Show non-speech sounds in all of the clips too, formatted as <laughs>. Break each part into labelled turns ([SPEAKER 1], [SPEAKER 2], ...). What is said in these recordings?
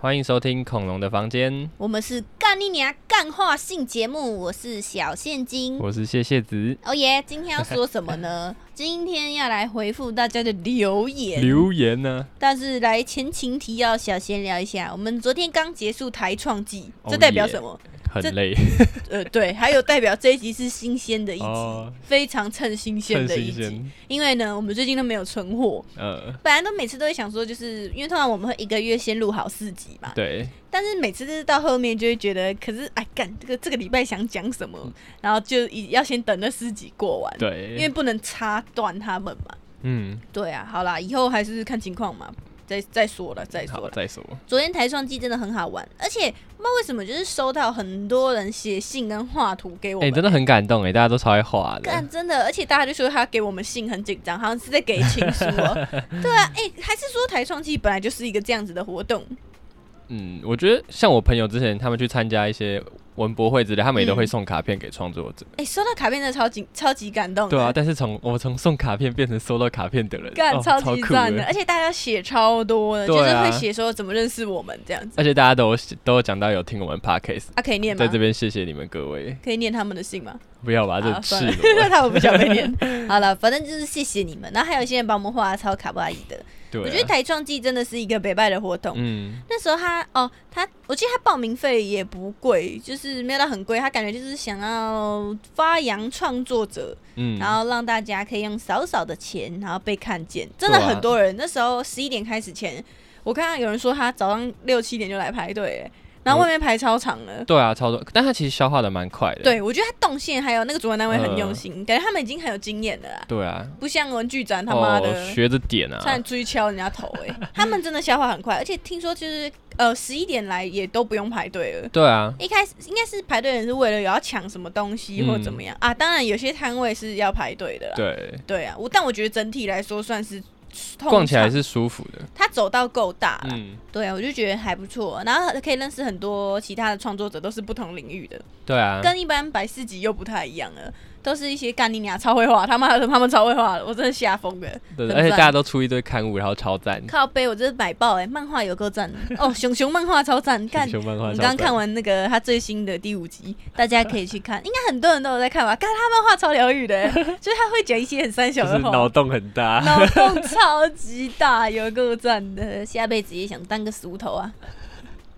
[SPEAKER 1] 欢迎收听《恐龙的房间
[SPEAKER 2] 我们是干你娘干话性节目，我是小现》，金。
[SPEAKER 1] 我是谢谢子。
[SPEAKER 2] 哦耶，今天要说什么
[SPEAKER 1] <laughs>
[SPEAKER 2] 呢？今天要来回复大家的留言，
[SPEAKER 1] 留言呢、
[SPEAKER 2] 但是来前情提要，小闲聊一下。我们昨天刚结束台创季，
[SPEAKER 1] 哦
[SPEAKER 2] 这代表
[SPEAKER 1] 耶
[SPEAKER 2] 什么？这
[SPEAKER 1] 很累，
[SPEAKER 2] 呃，对，还有代表这一集是新鲜的一集，
[SPEAKER 1] 哦
[SPEAKER 2] 非常趁新鲜
[SPEAKER 1] 很
[SPEAKER 2] 的一
[SPEAKER 1] 新
[SPEAKER 2] 集。
[SPEAKER 1] 鲜。
[SPEAKER 2] 因为呢，我们最近都没有存货，
[SPEAKER 1] 呃，
[SPEAKER 2] 本来都每次都会想说，就是因为通常我们会一个月先录好四集嘛，
[SPEAKER 1] 对，
[SPEAKER 2] 但是每次到后面就会觉得，可是哎干这个这个礼拜想讲什么，然后就一要先等那四集过完，因为
[SPEAKER 1] 嗯对，
[SPEAKER 2] 不能插断他们嘛。
[SPEAKER 1] 嗯，
[SPEAKER 2] 对啊，好啦，以后还是看情况嘛，再再说了，再说
[SPEAKER 1] 嗯好，
[SPEAKER 2] 了。
[SPEAKER 1] 再说。
[SPEAKER 2] 昨天台创季真的很好玩，而且不知道为什么，就是收到很多人写信跟画图给我
[SPEAKER 1] 哎、
[SPEAKER 2] 们。
[SPEAKER 1] 真的很感动哎、大家都超爱画的
[SPEAKER 2] 干。真的，而且大家就说他给我们信很紧张，好像是在给情书哦。
[SPEAKER 1] <laughs>
[SPEAKER 2] 对啊，哎、还是说台创季本来就是一个这样子的活动，
[SPEAKER 1] 嗯，我觉得像我朋友之前他们去参加一些文博会之类，他们也都会送卡片给创作者。
[SPEAKER 2] 哎、收到卡片真的超级超级感动的。
[SPEAKER 1] 对啊，但是从我从送卡片变成收到卡片的人，
[SPEAKER 2] 干
[SPEAKER 1] 哦、
[SPEAKER 2] 超
[SPEAKER 1] 超
[SPEAKER 2] 级
[SPEAKER 1] 酷
[SPEAKER 2] 赞的，而且大家写超多的，
[SPEAKER 1] 对
[SPEAKER 2] 就是
[SPEAKER 1] 啊
[SPEAKER 2] 会写说怎么认识我们这样子。
[SPEAKER 1] 而且大家都有都有讲到有听我们 podcast，
[SPEAKER 2] 啊，可以念吗
[SPEAKER 1] 在？这边谢谢你们各位，
[SPEAKER 2] 可以念他们的信吗？
[SPEAKER 1] 不要把这
[SPEAKER 2] 啊，
[SPEAKER 1] 赤
[SPEAKER 2] 算了， <laughs>
[SPEAKER 1] 裸。
[SPEAKER 2] 他们不想被念。 <laughs> 好了，反正就是谢谢你们。然后还有一些人帮我们画超卡布阿姨的，
[SPEAKER 1] 对、啊，
[SPEAKER 2] 我觉得台创季真的是一个北拜的活动。
[SPEAKER 1] 嗯，
[SPEAKER 2] 那时候他哦，他我记得他报名费也不贵，就是没有到很贵。他感觉就是想要发扬创作者，
[SPEAKER 1] 嗯，
[SPEAKER 2] 然后让大家可以用少少的钱，然后被看见。真的
[SPEAKER 1] 对啊
[SPEAKER 2] 很多人，那时候十一点开始前，我看到有人说他早上六七点就来排队欸，然后外面排超长了。
[SPEAKER 1] <laughs> 对啊，超多，但它其实消化的蛮快的。
[SPEAKER 2] 对，我觉得他动线还有那个主办单位很用心，
[SPEAKER 1] 嗯
[SPEAKER 2] 感觉他们已经很有经验了啦，
[SPEAKER 1] 对啊，
[SPEAKER 2] 不像文具展他妈的。
[SPEAKER 1] 哦、学着点
[SPEAKER 2] 差
[SPEAKER 1] 啊
[SPEAKER 2] 点，追敲人家头哎、
[SPEAKER 1] <laughs>
[SPEAKER 2] 他们真的消化很快，而且听说就是呃十一点来也都不用排队了，
[SPEAKER 1] 对啊，
[SPEAKER 2] 一开始应该是排队的人是为了有要抢什么东西
[SPEAKER 1] 嗯
[SPEAKER 2] 或怎么样、啊，当然有些摊位是要排队的啦。
[SPEAKER 1] 对，
[SPEAKER 2] 对啊，我但我觉得整体来说算是通
[SPEAKER 1] 逛起来
[SPEAKER 2] 畅
[SPEAKER 1] 是舒服的，
[SPEAKER 2] 它走道够大啦，
[SPEAKER 1] 嗯，
[SPEAKER 2] 对啊，我就觉得还不错，然后可以认识很多其他的创作者，都是不同领域的，
[SPEAKER 1] 对啊，
[SPEAKER 2] 跟一般百事集又不太一样了。都是一些干你娘超会画，他妈的他们超会画的，我真的吓疯了。
[SPEAKER 1] 对，
[SPEAKER 2] 很
[SPEAKER 1] 而且
[SPEAKER 2] 赞
[SPEAKER 1] 大家都出一堆刊物，然后超赞，
[SPEAKER 2] 靠背，我真是买爆哎、漫画有够赞的哦，熊熊漫画超赞，看
[SPEAKER 1] 熊漫
[SPEAKER 2] 我
[SPEAKER 1] 画
[SPEAKER 2] 们
[SPEAKER 1] 超
[SPEAKER 2] 刚刚
[SPEAKER 1] 赞，
[SPEAKER 2] 看完那个他最新的第五集，大家可以去看，应该很多人都有在看吧？看他漫画超疗愈的欸、 <laughs> 就是他会讲一些很三小
[SPEAKER 1] 就是
[SPEAKER 2] 的话，
[SPEAKER 1] 脑洞很 <laughs> 大，
[SPEAKER 2] 脑洞超级大，有够赞的，下辈子也想当个熟头
[SPEAKER 1] <laughs>
[SPEAKER 2] 啊！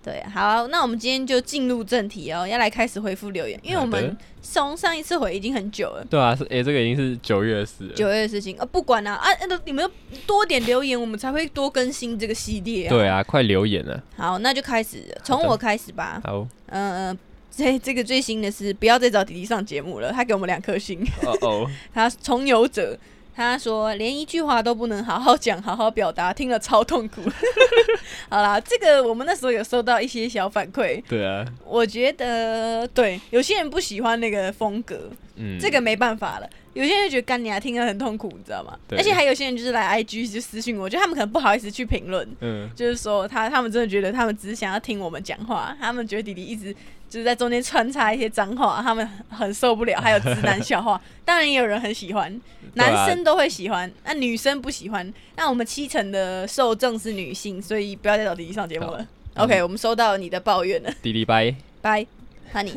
[SPEAKER 2] 对，啊好，那我们今天就进入正题哦，要来开始回复留言，因为我
[SPEAKER 1] 好
[SPEAKER 2] 们
[SPEAKER 1] 的
[SPEAKER 2] 从上一次回已经很久了。
[SPEAKER 1] 对啊，是诶、这个已经是九月的事了，
[SPEAKER 2] 九月的事情啊，不管啦啊，那你们多点留言，我们才会多更新这个系列、啊。，
[SPEAKER 1] 对啊，快留言了，
[SPEAKER 2] 好，那就开始，从
[SPEAKER 1] 好的
[SPEAKER 2] 我开始吧。
[SPEAKER 1] 好， <laughs> 哦
[SPEAKER 2] 嗯、呃，这这个最新的是不要再找弟弟上节目了，他给我们两颗星。
[SPEAKER 1] 哦，
[SPEAKER 2] 他重游者，他说连一句话都不能好好讲、好好表达，听了超痛苦。 <laughs> 好啦，这个我们那时候有收到一些小反馈，
[SPEAKER 1] 对
[SPEAKER 2] <laughs>
[SPEAKER 1] 啊，
[SPEAKER 2] 我觉得对，有些人不喜欢那个风格，
[SPEAKER 1] 嗯，
[SPEAKER 2] 这个没办法了。有些人就觉得干你啊，听了很痛苦，你知道吗？
[SPEAKER 1] 对
[SPEAKER 2] 而且还有些人就是来 IG 就私信我，我觉得他们可能不好意思去评论，
[SPEAKER 1] 嗯，
[SPEAKER 2] 就是说他他们真的觉得他们只是想要听我们讲话，他们觉得弟弟一直就是在中间穿插一些脏话，他们很受不了，还有直男笑话。当然也有人很
[SPEAKER 1] <laughs>
[SPEAKER 2] 喜欢，
[SPEAKER 1] 对啊
[SPEAKER 2] 男生都会喜欢，那、女生不喜欢。那我们七成的受众是女性，所以不要再找弟弟上节目了。
[SPEAKER 1] 好
[SPEAKER 2] OK，、我们收到你的抱怨了，
[SPEAKER 1] 滴滴拜。
[SPEAKER 2] 拜，那你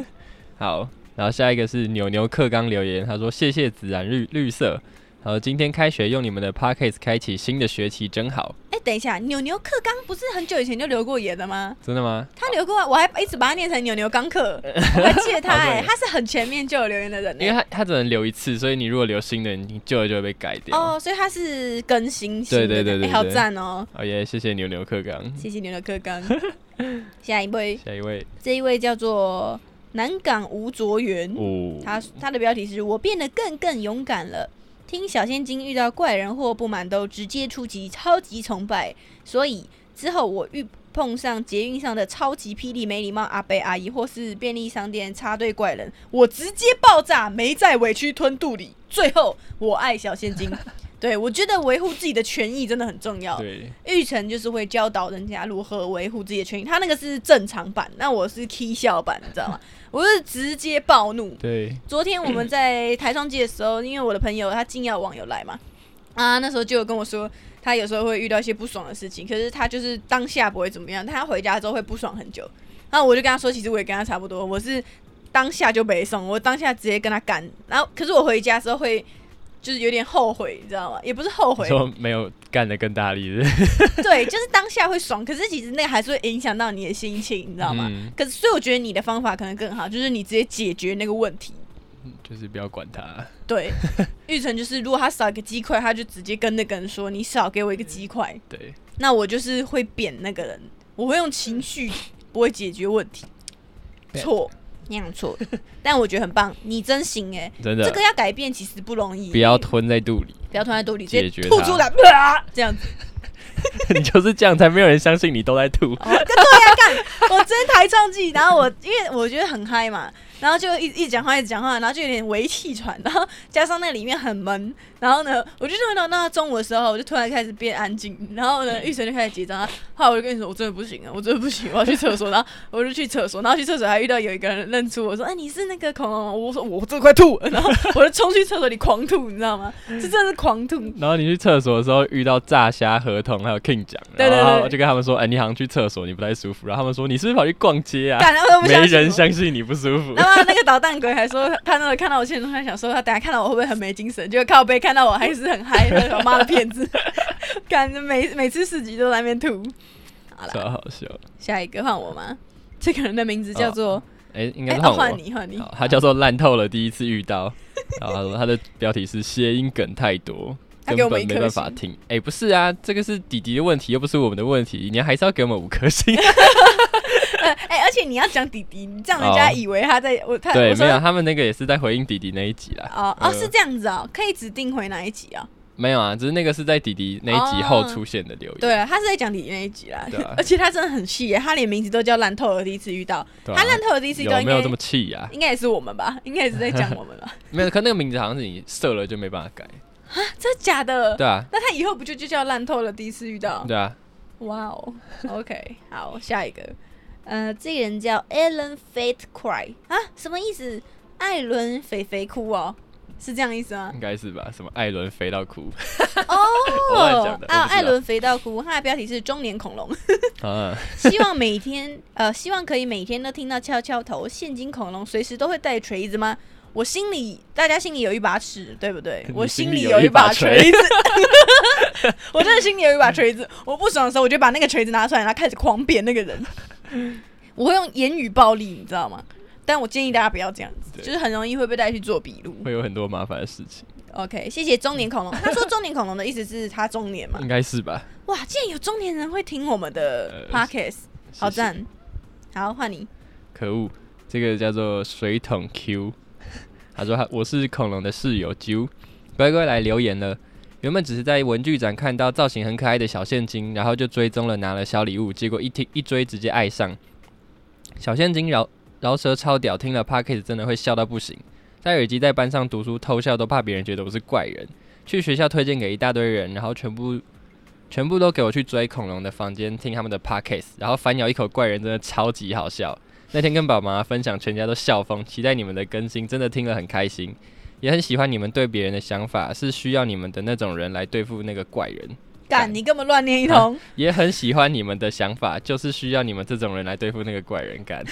[SPEAKER 1] 好，然后下一个是牛牛克刚留言，他说谢谢子然绿绿色，然后今天开学用你们的 p o c k e t 开启新的学期真好，
[SPEAKER 2] 哎、等一下，扭扭克刚不是很久以前就留过言的吗？
[SPEAKER 1] 真的吗？
[SPEAKER 2] 他留过，啊我还一直把他念成扭扭
[SPEAKER 1] <laughs>
[SPEAKER 2] 刚克，我还记得他、
[SPEAKER 1] 好对
[SPEAKER 2] 哎，他是很前面就有留言的人、哎
[SPEAKER 1] 因为他他只能留一次，所以你如果留新的，你旧的就会被改掉。
[SPEAKER 2] 哦，所以它是更新型的，
[SPEAKER 1] 对对对对
[SPEAKER 2] 哎好
[SPEAKER 1] 对
[SPEAKER 2] 赞哦！
[SPEAKER 1] 好耶，谢谢牛牛克刚。
[SPEAKER 2] 谢谢你的课
[SPEAKER 1] <laughs>
[SPEAKER 2] 纲。下一位，
[SPEAKER 1] 下一位，
[SPEAKER 2] 这一位叫做南港吴卓源，
[SPEAKER 1] 哦，
[SPEAKER 2] 嗯他他的标题是我变得更更勇敢了。听小仙精遇到怪人或不满都直接出击，超级崇拜。所以之后我遇碰上捷运上的超级霹雳没礼貌阿伯阿姨，或是便利商店插队怪人，我直接爆炸，没再委屈吞肚里。最后我爱小仙精， <laughs> 对我觉得维护自己的权益真的很重要。
[SPEAKER 1] 对，
[SPEAKER 2] 玉成就是会教导人家如何维护自己的权益，他那个是正常版，那我是 K 笑版，你知道吗？我是直接暴怒。
[SPEAKER 1] 对，
[SPEAKER 2] 昨天我们在台上季的时候，因为我的朋友他进药网有来嘛，啊，那时候就有跟我说，他有时候会遇到一些不爽的事情，可是他就是当下不会怎么样，但他回家之后会不爽很久。然后我就跟他说，其实我也跟他差不多，我是当下就没送，我当下直接跟他干。然后可是我回家之后会就是有点后悔，你知道吗？也不是后悔，
[SPEAKER 1] 说 <laughs> 没有干的更大力是不
[SPEAKER 2] <laughs>
[SPEAKER 1] 是，
[SPEAKER 2] 对，就是当下会爽，可是其实那个还是会影响到你的心情，你知道吗？
[SPEAKER 1] 嗯，
[SPEAKER 2] 可是所以我觉得你的方法可能更好，就是你直接解决那个问题。
[SPEAKER 1] 就是不要管他。 <laughs>
[SPEAKER 2] 对，玉成就是如果他少一个鸡块，他就直接跟那个人说：“你少给我一个鸡块。”
[SPEAKER 1] 对，
[SPEAKER 2] 那我就是会贬那个人，我会用情绪，不会解决问
[SPEAKER 1] <laughs>
[SPEAKER 2] 题。
[SPEAKER 1] 对 <laughs>
[SPEAKER 2] 错，那样错，但我觉得很棒，你真行哎、
[SPEAKER 1] 真
[SPEAKER 2] 这
[SPEAKER 1] 的
[SPEAKER 2] 个要改变其实不容易，
[SPEAKER 1] 不要吞在肚里， <laughs>
[SPEAKER 2] 不要吞在肚里，直
[SPEAKER 1] 解
[SPEAKER 2] 接
[SPEAKER 1] 决
[SPEAKER 2] 吐
[SPEAKER 1] 它
[SPEAKER 2] 出
[SPEAKER 1] <laughs>
[SPEAKER 2] 来，啪这样子。
[SPEAKER 1] 你就是这样才没有人相信你都在吐。
[SPEAKER 2] 我真台创记，然后我因为我觉得很嗨嘛，然后就一一直讲话一直讲话，然后就有点微气喘，然后加上那里面很闷，然后呢，我就突然到那中午的时候，我就突然开始变安静，然后
[SPEAKER 1] 嗯
[SPEAKER 2] 呢，玉成就开始结账，啊后来我就跟你说，我真的不行了，我真的不行，我要去厕所，然后我就去厕所，然后去厕所还遇到有一个人认出我说，哎，你是那个恐龙吗，我说我真的快吐了，然后我就冲去厕所里狂吐，你知道吗？这真的是狂吐，
[SPEAKER 1] 然后你去厕所的时候遇到炸虾、合同还有 King 奖，
[SPEAKER 2] 对对
[SPEAKER 1] 然后
[SPEAKER 2] 对
[SPEAKER 1] 就跟他们说：“哎，你好像去厕所，你不太舒服。”然后他们说：“你是不是跑去逛街啊
[SPEAKER 2] 干，然后都？”不
[SPEAKER 1] 没
[SPEAKER 2] 相信
[SPEAKER 1] 人
[SPEAKER 2] 我
[SPEAKER 1] 相信你不舒服
[SPEAKER 2] 然。后那个捣蛋鬼还说，看到看到我现实中，他想说他等下看到我会不会很没精神，结果靠背看到我还是很嗨，他说妈的
[SPEAKER 1] <laughs>
[SPEAKER 2] 骗子，感觉每每次四集都在那边吐。好了，
[SPEAKER 1] 超好笑。
[SPEAKER 2] 下一个换我吗？这个人的名字叫做，
[SPEAKER 1] 哎，应
[SPEAKER 2] 哎、
[SPEAKER 1] 该是换
[SPEAKER 2] 哦换、
[SPEAKER 1] 我。
[SPEAKER 2] 你换你，
[SPEAKER 1] 好，他叫做烂透了，第一次遇到。然后他说他的标题是谐音梗太多，
[SPEAKER 2] 他
[SPEAKER 1] 根
[SPEAKER 2] 给我
[SPEAKER 1] 本
[SPEAKER 2] 们
[SPEAKER 1] 没
[SPEAKER 2] 一颗
[SPEAKER 1] 办法
[SPEAKER 2] 星
[SPEAKER 1] 听。哎、不是啊，这个是弟弟的问题，又不是我们的问题，你还是要给我们五颗
[SPEAKER 2] <laughs>
[SPEAKER 1] 星。
[SPEAKER 2] 呃 <laughs> 哎、而且你要讲弟弟，你这样人家
[SPEAKER 1] 哦
[SPEAKER 2] 以为他在、我他
[SPEAKER 1] 对，
[SPEAKER 2] 我
[SPEAKER 1] 没
[SPEAKER 2] 说
[SPEAKER 1] 有，他们那个也是在回应弟弟那一集啦。
[SPEAKER 2] 哦哦
[SPEAKER 1] 呃
[SPEAKER 2] 是这样子哦，可以指定回哪一集哦？
[SPEAKER 1] 没有啊，只是那个是在弟弟那一集后
[SPEAKER 2] 哦
[SPEAKER 1] 出现的留言。
[SPEAKER 2] 对啊，他是在讲弟弟那一集啦，
[SPEAKER 1] 对啊
[SPEAKER 2] <laughs> 而且他真的很细耶，他连名字都叫烂透了，第一次遇到，
[SPEAKER 1] 对啊
[SPEAKER 2] 他烂透了第一次遇到
[SPEAKER 1] 有
[SPEAKER 2] 应
[SPEAKER 1] 没
[SPEAKER 2] 该
[SPEAKER 1] 有这么气啊？
[SPEAKER 2] 应该也是我们吧，应该也是在讲我们吧。
[SPEAKER 1] 没有，可那个名字好像是你设了就没办法改。
[SPEAKER 2] 真的假的？
[SPEAKER 1] 对啊，
[SPEAKER 2] 那他以后不就就叫烂透了？第一次遇到，
[SPEAKER 1] 对啊，
[SPEAKER 2] 哇哦、o k 好，下一个，呃，这个人叫 Alan Fate Cry 啊，什么意思？艾伦肥肥哭哦，是这样意思
[SPEAKER 1] <laughs>
[SPEAKER 2] 吗？
[SPEAKER 1] 应该是吧？什么艾伦肥到哭我乱
[SPEAKER 2] 哦
[SPEAKER 1] 讲的我不知道
[SPEAKER 2] 啊，艾伦肥到哭，他的标题是中年恐龙，
[SPEAKER 1] 啊？
[SPEAKER 2] 希望每天呃，希望可以每天都听到敲敲头，现金恐龙随时都会带锤子吗？我心里，大家心里有一把尺，对不对？
[SPEAKER 1] 你
[SPEAKER 2] 我
[SPEAKER 1] 心
[SPEAKER 2] 里
[SPEAKER 1] 里
[SPEAKER 2] 有
[SPEAKER 1] 有一把
[SPEAKER 2] 把锤子， <laughs> 我真的心里有一把锤子。我不爽的时候，我就把那个锤子拿出来，然后开始狂扁那个人。我会用言语暴力，你知道吗？但我建议大家不要这样子，
[SPEAKER 1] 对
[SPEAKER 2] 就是很容易会被带去做笔录。
[SPEAKER 1] 会有很多麻烦的事情，
[SPEAKER 2] OK，谢谢中年恐龙。他说中年恐龙的意思是他中年嘛
[SPEAKER 1] 应？该是吧？
[SPEAKER 2] 哇，竟然有中年人会听我们的
[SPEAKER 1] 呃
[SPEAKER 2] Podcast，
[SPEAKER 1] 谢
[SPEAKER 2] 好
[SPEAKER 1] 谢！
[SPEAKER 2] 赞！好，换你。
[SPEAKER 1] 可恶，这个叫做水桶 Q。他说他我是恐龙的室友啾，乖乖来留言了。原本只是在文具展看到造型很可爱的小现金，然后就追踪了拿了小礼物，结果一听一追直接爱上。小现金饶饶舌超屌，听了 p o c k e t 真的会笑到不行。戴耳机在班上读书偷笑都怕别人觉得我是怪人，去学校推荐给一大堆人，然后全部全部都给我去追恐龙的房间听他们的 p o c k e t 然后反咬一口怪人真的超级好笑。那天跟爸妈分享，全家都笑疯，期待你们的更新，真的听了很开心，也很喜欢你们对别人的想法，是需要你们的那种人来对付那个怪人，干
[SPEAKER 2] 干，
[SPEAKER 1] 啊
[SPEAKER 2] 你根本乱念一通。
[SPEAKER 1] 也很喜欢你们的想法，就是需要你们这种人来对付那个怪人干。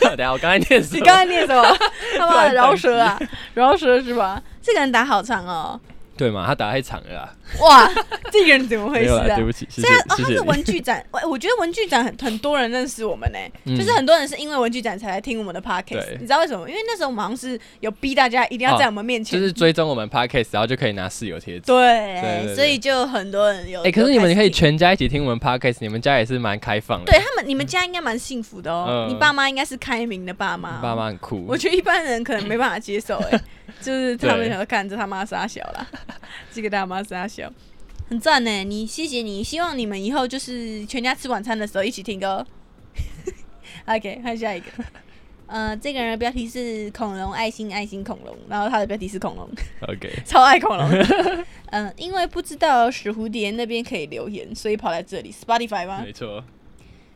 [SPEAKER 1] 等一下我刚才念什
[SPEAKER 2] 你
[SPEAKER 1] 么
[SPEAKER 2] 刚才
[SPEAKER 1] <laughs>
[SPEAKER 2] 念什么？他妈
[SPEAKER 1] 突
[SPEAKER 2] 的
[SPEAKER 1] 然
[SPEAKER 2] 饶
[SPEAKER 1] <laughs>
[SPEAKER 2] 舌啊，饶舌是吧？这个人打好长哦，
[SPEAKER 1] 对嘛？他打太长了啦，
[SPEAKER 2] 哇，这个人怎么
[SPEAKER 1] 没
[SPEAKER 2] 回事
[SPEAKER 1] 有啦，
[SPEAKER 2] 啊
[SPEAKER 1] 对？不起，谢
[SPEAKER 2] 虽然哦，
[SPEAKER 1] 谢
[SPEAKER 2] 他
[SPEAKER 1] 谢
[SPEAKER 2] 是
[SPEAKER 1] 谢你。
[SPEAKER 2] 文
[SPEAKER 1] <laughs>
[SPEAKER 2] 具展，我我觉得文具展很很多人认识我们呢、
[SPEAKER 1] 嗯
[SPEAKER 2] 就是很多人是因为文具展才来听我们的 podcast，
[SPEAKER 1] 对啊
[SPEAKER 2] 你知道为什么？因为那时候我们好像是有逼大家一定要在我们面前，
[SPEAKER 1] 就是追踪我们 podcast，然后就可以拿室友贴纸。
[SPEAKER 2] 对
[SPEAKER 1] 对对
[SPEAKER 2] 所以就很多人有。
[SPEAKER 1] 哎、可是
[SPEAKER 2] 有
[SPEAKER 1] 你们
[SPEAKER 2] 开始
[SPEAKER 1] 可以
[SPEAKER 2] 听
[SPEAKER 1] 全家一起听我们 podcast，你们家也是蛮开放的。
[SPEAKER 2] 对，他们，你们家应该蛮幸福的哦，
[SPEAKER 1] 嗯
[SPEAKER 2] 你爸妈应该是开明的爸妈、哦
[SPEAKER 1] 爸。妈很酷。
[SPEAKER 2] 我觉得一般人可能没办法接受、哎， <laughs> 就是他们想要看这他妈傻小啦， <laughs> 这个大妈傻小，很赞呢、欸你谢谢你，希望你们以后就是全家吃晚餐的时候一起听歌。OK，看下一个。呃，这个人的标题是恐龙爱心爱心恐龙，然后他的标题是恐龙，
[SPEAKER 1] OK，
[SPEAKER 2] 超爱恐龙。 <laughs> 嗯、因为不知道史蝴蝶那边可以留言，所以跑来这里 Spotify 吗？
[SPEAKER 1] 没错。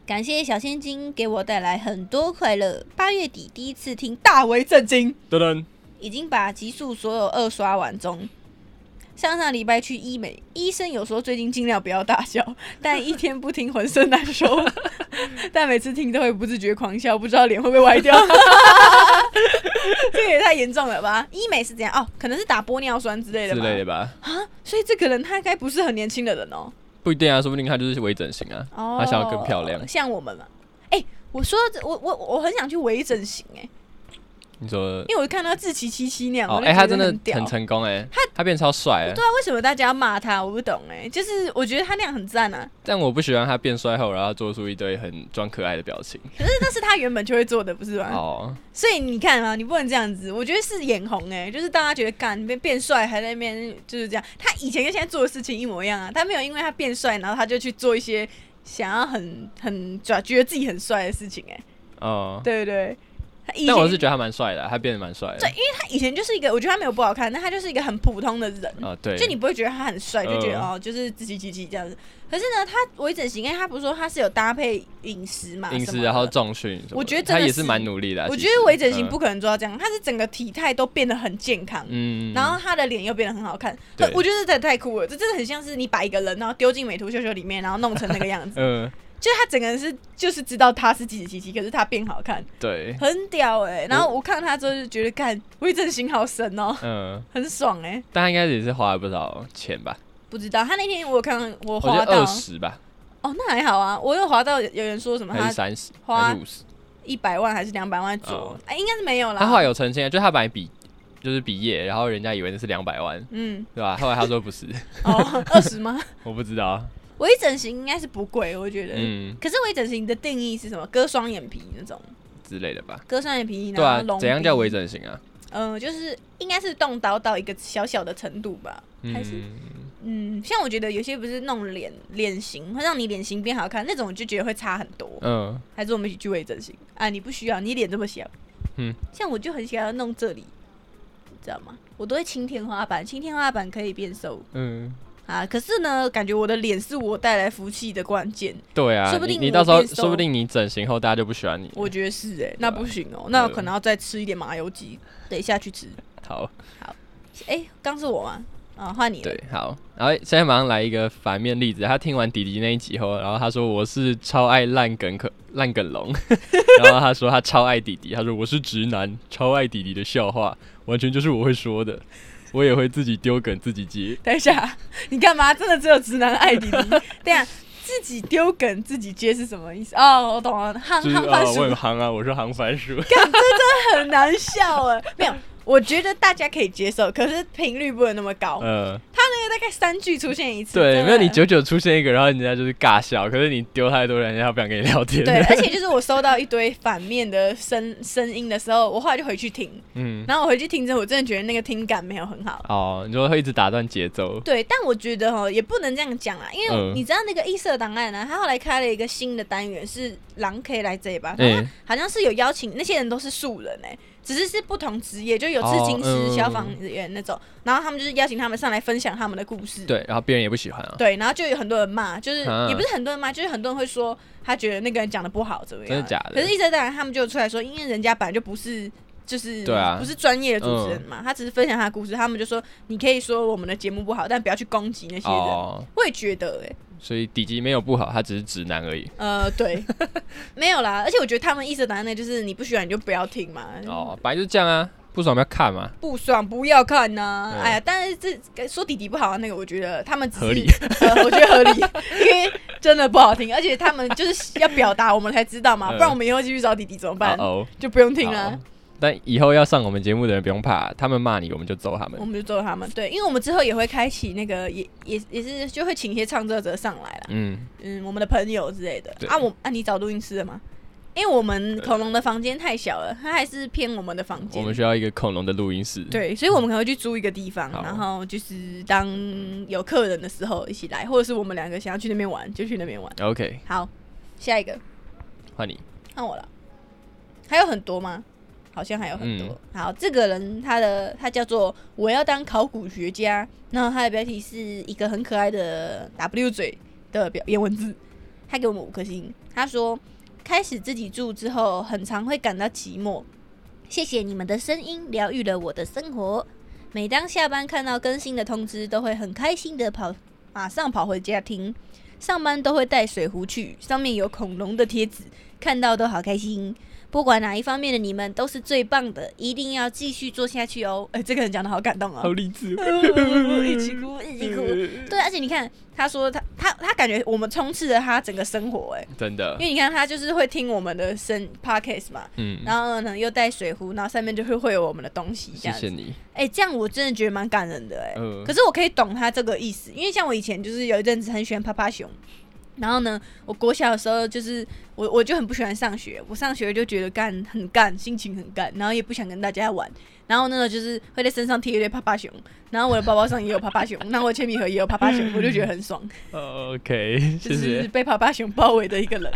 [SPEAKER 2] 感谢小现金给我带来很多快乐。八月底第一次听大为震惊，
[SPEAKER 1] 噔噔，
[SPEAKER 2] 已经把集数所有二刷完中。上上礼拜去医美，医生有说最近尽量不要大笑，但一天不听浑身难
[SPEAKER 1] <laughs>
[SPEAKER 2] 受，但每次听都会不自觉狂笑，不知道脸会不会歪
[SPEAKER 1] <laughs>
[SPEAKER 2] 掉。这也太严重了吧？医美是怎样？哦，可能是打玻尿酸之类的
[SPEAKER 1] 之
[SPEAKER 2] 吧。
[SPEAKER 1] 类的吧，
[SPEAKER 2] 啊，所以这个人他应该不是很年轻的人哦。
[SPEAKER 1] 不一定啊，说不定他就是微整形啊，
[SPEAKER 2] 哦，
[SPEAKER 1] 他想要更漂亮。
[SPEAKER 2] 像我们嘛。哎、我说这我我我很想去微整形哎、
[SPEAKER 1] 你说
[SPEAKER 2] 因为我看到志奇七七那样，
[SPEAKER 1] 哦
[SPEAKER 2] 我，就
[SPEAKER 1] 哎、
[SPEAKER 2] 觉
[SPEAKER 1] 他
[SPEAKER 2] 得
[SPEAKER 1] 真的
[SPEAKER 2] 很屌。
[SPEAKER 1] 很成功哎、他他变超帅、欸
[SPEAKER 2] 对，啊，为什么大家要骂他？我不懂哎、就是我觉得他那样很赞啊，
[SPEAKER 1] 但我不喜欢他变帅后，然后做出一堆很装可爱的表情。
[SPEAKER 2] 可是那是他原本就会做的，不是吗？
[SPEAKER 1] 哦，
[SPEAKER 2] 所以你看啊，你不能这样子，我觉得是眼红哎、就是大家觉得干变变帅，还在那边就是这样。他以前跟现在做的事情一模一样啊，他没有因为他变帅，然后他就去做一些想要很很觉觉得自己很帅的事情哎、
[SPEAKER 1] 哦，
[SPEAKER 2] 对不对？他以前
[SPEAKER 1] 但我是觉得他蛮帅的，啊他变得蛮帅的。
[SPEAKER 2] 他以前就是一个，我觉得他没有不好看，但他就是一个很普通的人。
[SPEAKER 1] 啊，对，
[SPEAKER 2] 就你不会觉得他很帅，就觉得、
[SPEAKER 1] 呃
[SPEAKER 2] 哦，就是自己自己这样子。可是呢，他微整形，因为他不是说他是有搭配饮食嘛，
[SPEAKER 1] 饮
[SPEAKER 2] 什么
[SPEAKER 1] 食
[SPEAKER 2] 的
[SPEAKER 1] 然后重训什么的，
[SPEAKER 2] 我觉得真
[SPEAKER 1] 他
[SPEAKER 2] 的
[SPEAKER 1] 也
[SPEAKER 2] 是
[SPEAKER 1] 是蛮努力的啊。
[SPEAKER 2] 我
[SPEAKER 1] 其
[SPEAKER 2] 觉
[SPEAKER 1] 实
[SPEAKER 2] 得微整形，
[SPEAKER 1] 嗯
[SPEAKER 2] 不可能做到这样，他是整个体态都变得很健康，
[SPEAKER 1] 嗯，
[SPEAKER 2] 然后他的脸又变得很好看。
[SPEAKER 1] 对
[SPEAKER 2] 呃我觉得这太太酷了，这真的很像是你把一个人然后丢进美图秀秀里面，然后弄成那个样
[SPEAKER 1] <laughs>
[SPEAKER 2] 子，
[SPEAKER 1] 嗯，
[SPEAKER 2] 就是他整个人是就是知道他是自己七七，可是他变好看，
[SPEAKER 1] 对，
[SPEAKER 2] 很屌哎、然后我看他之后就觉得，干微整形好神哦、
[SPEAKER 1] 嗯，
[SPEAKER 2] 很爽哎、
[SPEAKER 1] 但他应该也是花了不少钱吧？
[SPEAKER 2] 不知道他那天我有看到我
[SPEAKER 1] 我
[SPEAKER 2] 滑
[SPEAKER 1] 觉得
[SPEAKER 2] 到
[SPEAKER 1] 二十吧，
[SPEAKER 2] 哦，那还好啊，我有滑到有有人说什么
[SPEAKER 1] 还
[SPEAKER 2] 他
[SPEAKER 1] 是三十，
[SPEAKER 2] 花
[SPEAKER 1] 还是五十？
[SPEAKER 2] 一百万还是两百万左右，
[SPEAKER 1] 哦
[SPEAKER 2] 哎、应该是没有啦。
[SPEAKER 1] 他后来有澄清啊，就他本来比就是比业，然后人家以为那是两百万，
[SPEAKER 2] 嗯，
[SPEAKER 1] 对吧？后来他说不是， <laughs>
[SPEAKER 2] 哦， <laughs> 二十吗？
[SPEAKER 1] 我不知道。
[SPEAKER 2] 微整形应该是不贵，我觉得。
[SPEAKER 1] 嗯，
[SPEAKER 2] 可是微整形的定义是什么？割双眼皮那种，
[SPEAKER 1] 之类的吧。
[SPEAKER 2] 割双眼皮，
[SPEAKER 1] 对啊
[SPEAKER 2] 然后隆，鼻
[SPEAKER 1] 怎样叫微？整形啊？
[SPEAKER 2] 嗯、就是应该是动刀到一个小小的程度吧。还是
[SPEAKER 1] 嗯，
[SPEAKER 2] 嗯，像我觉得有些不是弄脸脸型，会让你脸型变好看，那种我就觉得会差很多。
[SPEAKER 1] 嗯，
[SPEAKER 2] 还是我们一起去微整形啊？你不需要，你脸这么小。
[SPEAKER 1] 嗯，
[SPEAKER 2] 像我就很喜欢弄这里，你知道吗？我都会亲天花板，亲天花板可以变瘦
[SPEAKER 1] 嗯，
[SPEAKER 2] 啊。可是呢，感觉我的脸是我带来福气的关键，
[SPEAKER 1] 对啊，
[SPEAKER 2] 说不
[SPEAKER 1] 你
[SPEAKER 2] 定
[SPEAKER 1] 你
[SPEAKER 2] 我
[SPEAKER 1] 到时候
[SPEAKER 2] 变瘦
[SPEAKER 1] 说不定你整形后大家就不喜欢你。
[SPEAKER 2] 我觉得是哎、
[SPEAKER 1] 对啊
[SPEAKER 2] 那不行哦、那我可能要再吃一点麻油鸡，等一下去
[SPEAKER 1] 啊
[SPEAKER 2] 吃。
[SPEAKER 1] 好，
[SPEAKER 2] 哎、刚是我吗？啊，换你了。
[SPEAKER 1] 对，好，然后现在马上来一个反面例子。他听完迪迪那一集后，然后他说我是超爱烂梗可烂梗龙， <laughs> 然后他说他超爱迪迪，他说我是直男，超爱迪迪的笑话，完全就是我会说的，我也会自己丢梗自己接。
[SPEAKER 2] 等一下，你干嘛？真的只有直男爱弟弟？对啊，自己丢梗自己接是什么意思？哦，我懂了，憨
[SPEAKER 1] 就是
[SPEAKER 2] 憨
[SPEAKER 1] 啊，
[SPEAKER 2] 番薯
[SPEAKER 1] 我很行啊，我是行番薯。
[SPEAKER 2] 很难笑啊，没有，我觉得大家可以接受，可是频率不能那么高，
[SPEAKER 1] 呃，
[SPEAKER 2] 那个大概三句出现一次。
[SPEAKER 1] <laughs>
[SPEAKER 2] 真
[SPEAKER 1] 对，
[SPEAKER 2] 的
[SPEAKER 1] 没有你久久出现一个，然后人家就是尬笑，可是你丢太多，人家不想跟你聊天。 <laughs>
[SPEAKER 2] 对，而且就是我收到一堆反面的声声音的时候，我后来就回去听，
[SPEAKER 1] 嗯，
[SPEAKER 2] 然后我回去听之后，我真的觉得那个听感没有很好。
[SPEAKER 1] 哦，你说会一直打断节奏，
[SPEAKER 2] 对，但我觉得哈也不能这样讲啦，因为
[SPEAKER 1] 嗯
[SPEAKER 2] 你知道那个异色档案呢、啊他后来开了一个新的单元，是狼可以来这里吧？
[SPEAKER 1] 哎、
[SPEAKER 2] 好像是有邀请，那些人都是素人哎、只是是不同职业，就有
[SPEAKER 1] 哦
[SPEAKER 2] 刺青师、
[SPEAKER 1] 嗯
[SPEAKER 2] 消防员那种，然后他们就是邀请他们上来分享他们的故事。
[SPEAKER 1] 对，然后别人也不喜欢啊，
[SPEAKER 2] 对，然后就有很多人骂，就是、
[SPEAKER 1] 啊
[SPEAKER 2] 也不是很多人骂，就是很多人会说他觉得那个人讲的不好，怎么样？
[SPEAKER 1] 真的假的
[SPEAKER 2] 可是医生当然他们就出来说，因为人家本来就不是。就是
[SPEAKER 1] 对啊嗯
[SPEAKER 2] 不是专业的主持人嘛，他只是分享他的故事，他们就说你可以说我们的节目不好，但不要去攻击那些人。
[SPEAKER 1] 哦，
[SPEAKER 2] 我也觉得、欸，
[SPEAKER 1] 所以底级没有不好，他只是直男而已。
[SPEAKER 2] 呃，
[SPEAKER 1] <laughs>
[SPEAKER 2] 对，没有啦。而且我觉得他们医生答案呢，就是你不喜欢你就不要听嘛，
[SPEAKER 1] 哦，本来就是这样啊，不爽不要看嘛，
[SPEAKER 2] 不爽不要看呐、
[SPEAKER 1] 嗯
[SPEAKER 2] 哎呀，但是这说弟弟不好啊，那个我觉得他们只是
[SPEAKER 1] 合理，
[SPEAKER 2] <laughs> 呃，我觉得合理， <laughs> 因为真的不好听，而且他们就是要表达，我们才知道嘛，
[SPEAKER 1] 嗯
[SPEAKER 2] 不然我们以后继续找弟弟怎么办？
[SPEAKER 1] 哦，
[SPEAKER 2] 就不用听啊了
[SPEAKER 1] 好，。但以后要上我们节目的人不用怕，他们骂你我们就揍他们
[SPEAKER 2] 我。们就揍他们。对，因为我们之后也会开启那个，也也也是就会请一些唱作者上来啦，
[SPEAKER 1] 嗯，
[SPEAKER 2] 嗯，我们的朋友之类的
[SPEAKER 1] 对
[SPEAKER 2] 啊。我啊，你找录音师了吗？因为我们恐龙的房间太小了，它还是偏我们的房
[SPEAKER 1] 我
[SPEAKER 2] 间
[SPEAKER 1] 们。需要一个恐龙的录音室。，
[SPEAKER 2] 对，所以我们可能会去租一个地方，
[SPEAKER 1] 嗯好
[SPEAKER 2] 然后就是当有客人的时候一起来，或者是我们两个想要去那边玩就去那边玩。
[SPEAKER 1] ，OK，
[SPEAKER 2] 好，下一个
[SPEAKER 1] 换你。
[SPEAKER 2] 换我了，还有很多吗？好像还有很多。好，这个人他的他叫做我要当考古学家，那他的标题是一个很可爱的 W 嘴的表演文字，他给我们五颗星。他说开始自己住之后，很常会感到寂寞。谢谢你们的声音疗愈了我的生活。每当下班看到更新的通知，都会很开心的跑，马上跑回家听。上班都会带水壶去，上面有恐龙的贴纸，看到都好开心。不管哪一方面的你们都是最棒的，一定要继续做下去哦。哎、这个人讲的好感动哦，
[SPEAKER 1] 好励志
[SPEAKER 2] <laughs>
[SPEAKER 1] 哦，
[SPEAKER 2] 一起哭，一起哭。对，而且你看，他说他他他感觉我们充斥着他整个生活，哎，
[SPEAKER 1] 真的
[SPEAKER 2] 因，为你看他就是会听我们的声 podcast 嘛，
[SPEAKER 1] 嗯，
[SPEAKER 2] 然后呢又带水壶，然后上面就会会有我们的东西这
[SPEAKER 1] 谢
[SPEAKER 2] 样子
[SPEAKER 1] 谢。你，
[SPEAKER 2] 哎、这样我真的觉得蛮感人的哎、
[SPEAKER 1] 嗯
[SPEAKER 2] 可是我可以懂他这个意思，因为像我以前就是有一阵子很喜欢趴趴熊，然后呢，我国小的时候就是我我就很不喜欢上学，我上学就觉得干很干，心情很干，然后也不想跟大家玩，然后那个就是会在身上贴一堆趴趴熊，然后我的包包上也有趴趴
[SPEAKER 1] <laughs>
[SPEAKER 2] 熊，然后我铅笔盒也有趴趴熊，我就觉得很爽，
[SPEAKER 1] OK，
[SPEAKER 2] 就
[SPEAKER 1] 嗯谢
[SPEAKER 2] 是
[SPEAKER 1] 谢，
[SPEAKER 2] 被趴趴熊包围的一个人，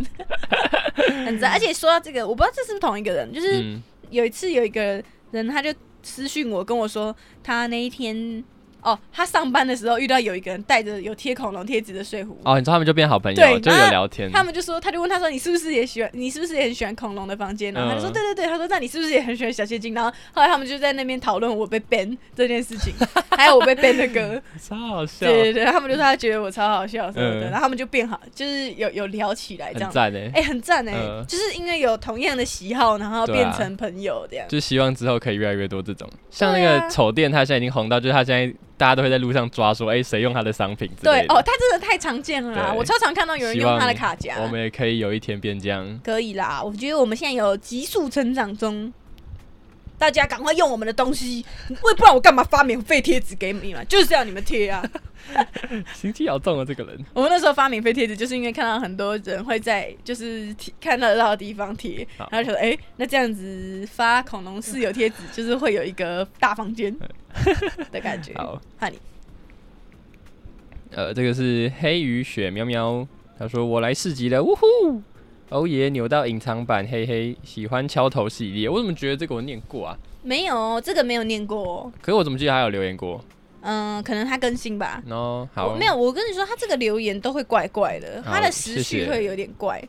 [SPEAKER 1] <laughs>
[SPEAKER 2] 很赞。而且说到这个，我不知道这是不是同一个人，就是。
[SPEAKER 1] 嗯，
[SPEAKER 2] 有一次有一个人他就私讯我跟我说，他那一天哦，他上班的时候遇到有一个人带着有贴恐龙贴纸的睡壶。
[SPEAKER 1] 哦，你知道他们就变好朋友，
[SPEAKER 2] 对
[SPEAKER 1] 就有聊天，
[SPEAKER 2] 他们就说，他就问他说：“你是不是也喜欢？你是不是也很喜欢恐龙的房间？”然后他就说：“
[SPEAKER 1] 嗯
[SPEAKER 2] 对对对。”他说：“那你是不是也很喜欢小现金？”然后后来他们就在那边讨论我被 ban 这件事
[SPEAKER 1] <laughs>
[SPEAKER 2] 情，还有我被 ban 的歌。
[SPEAKER 1] 超好 <laughs> 笑
[SPEAKER 2] 对，对对，他们就说他觉得我超好笑什么的，
[SPEAKER 1] 嗯
[SPEAKER 2] 然后他们就变好，就是有有聊起来这
[SPEAKER 1] 很
[SPEAKER 2] 样。
[SPEAKER 1] 赞诶，
[SPEAKER 2] 哎、很赞哎、
[SPEAKER 1] 嗯
[SPEAKER 2] 就是因为有同样的喜好，然后
[SPEAKER 1] 对
[SPEAKER 2] 变
[SPEAKER 1] 啊
[SPEAKER 2] 成朋友这样。
[SPEAKER 1] 就希望之后可以越来越多这种，像那
[SPEAKER 2] 对啊
[SPEAKER 1] 个丑店，他现在已经红到，就是他现在大家都会在路上抓说，哎，谁用他的商品之
[SPEAKER 2] 对
[SPEAKER 1] 类的
[SPEAKER 2] 哦，，它真的太常见了啦！
[SPEAKER 1] 对
[SPEAKER 2] 我超常看到有人用它的卡夹
[SPEAKER 1] 我。们也可以有一天变这
[SPEAKER 2] <laughs>
[SPEAKER 1] 样，
[SPEAKER 2] 可以啦，我觉得我们现在有急速成长中，大家赶快用我们的东西，我也不然我干嘛发免费贴纸给你们？ <laughs> 就是要你们贴
[SPEAKER 1] <laughs>
[SPEAKER 2] 啊！
[SPEAKER 1] 心机好重哦，这个人，
[SPEAKER 2] 我们那时候发免费贴纸，就是因为看到很多人会在就是贴看得到的地方贴，
[SPEAKER 1] 好
[SPEAKER 2] 然后就说，哎、那这样子发恐龙室友贴纸，就是会有一个大
[SPEAKER 1] <laughs>
[SPEAKER 2] 房间的感觉。
[SPEAKER 1] 好，
[SPEAKER 2] 看你，
[SPEAKER 1] 呃，这个是黑鱼雪喵喵，他说我来市集了，呜呼！欧耶，扭到隐藏版，嘿嘿，喜欢敲头系列。我怎么觉得这个我念过啊？
[SPEAKER 2] 没有这个没有念过哦，
[SPEAKER 1] 可是我怎么记得还有留言过？
[SPEAKER 2] 嗯，可能它更新吧。
[SPEAKER 1] 然后
[SPEAKER 2] 我
[SPEAKER 1] 好，
[SPEAKER 2] 没有，我跟你说，他这个留言都会怪怪的，
[SPEAKER 1] 好
[SPEAKER 2] 他的时
[SPEAKER 1] 谢
[SPEAKER 2] 序
[SPEAKER 1] 谢
[SPEAKER 2] 会有点怪。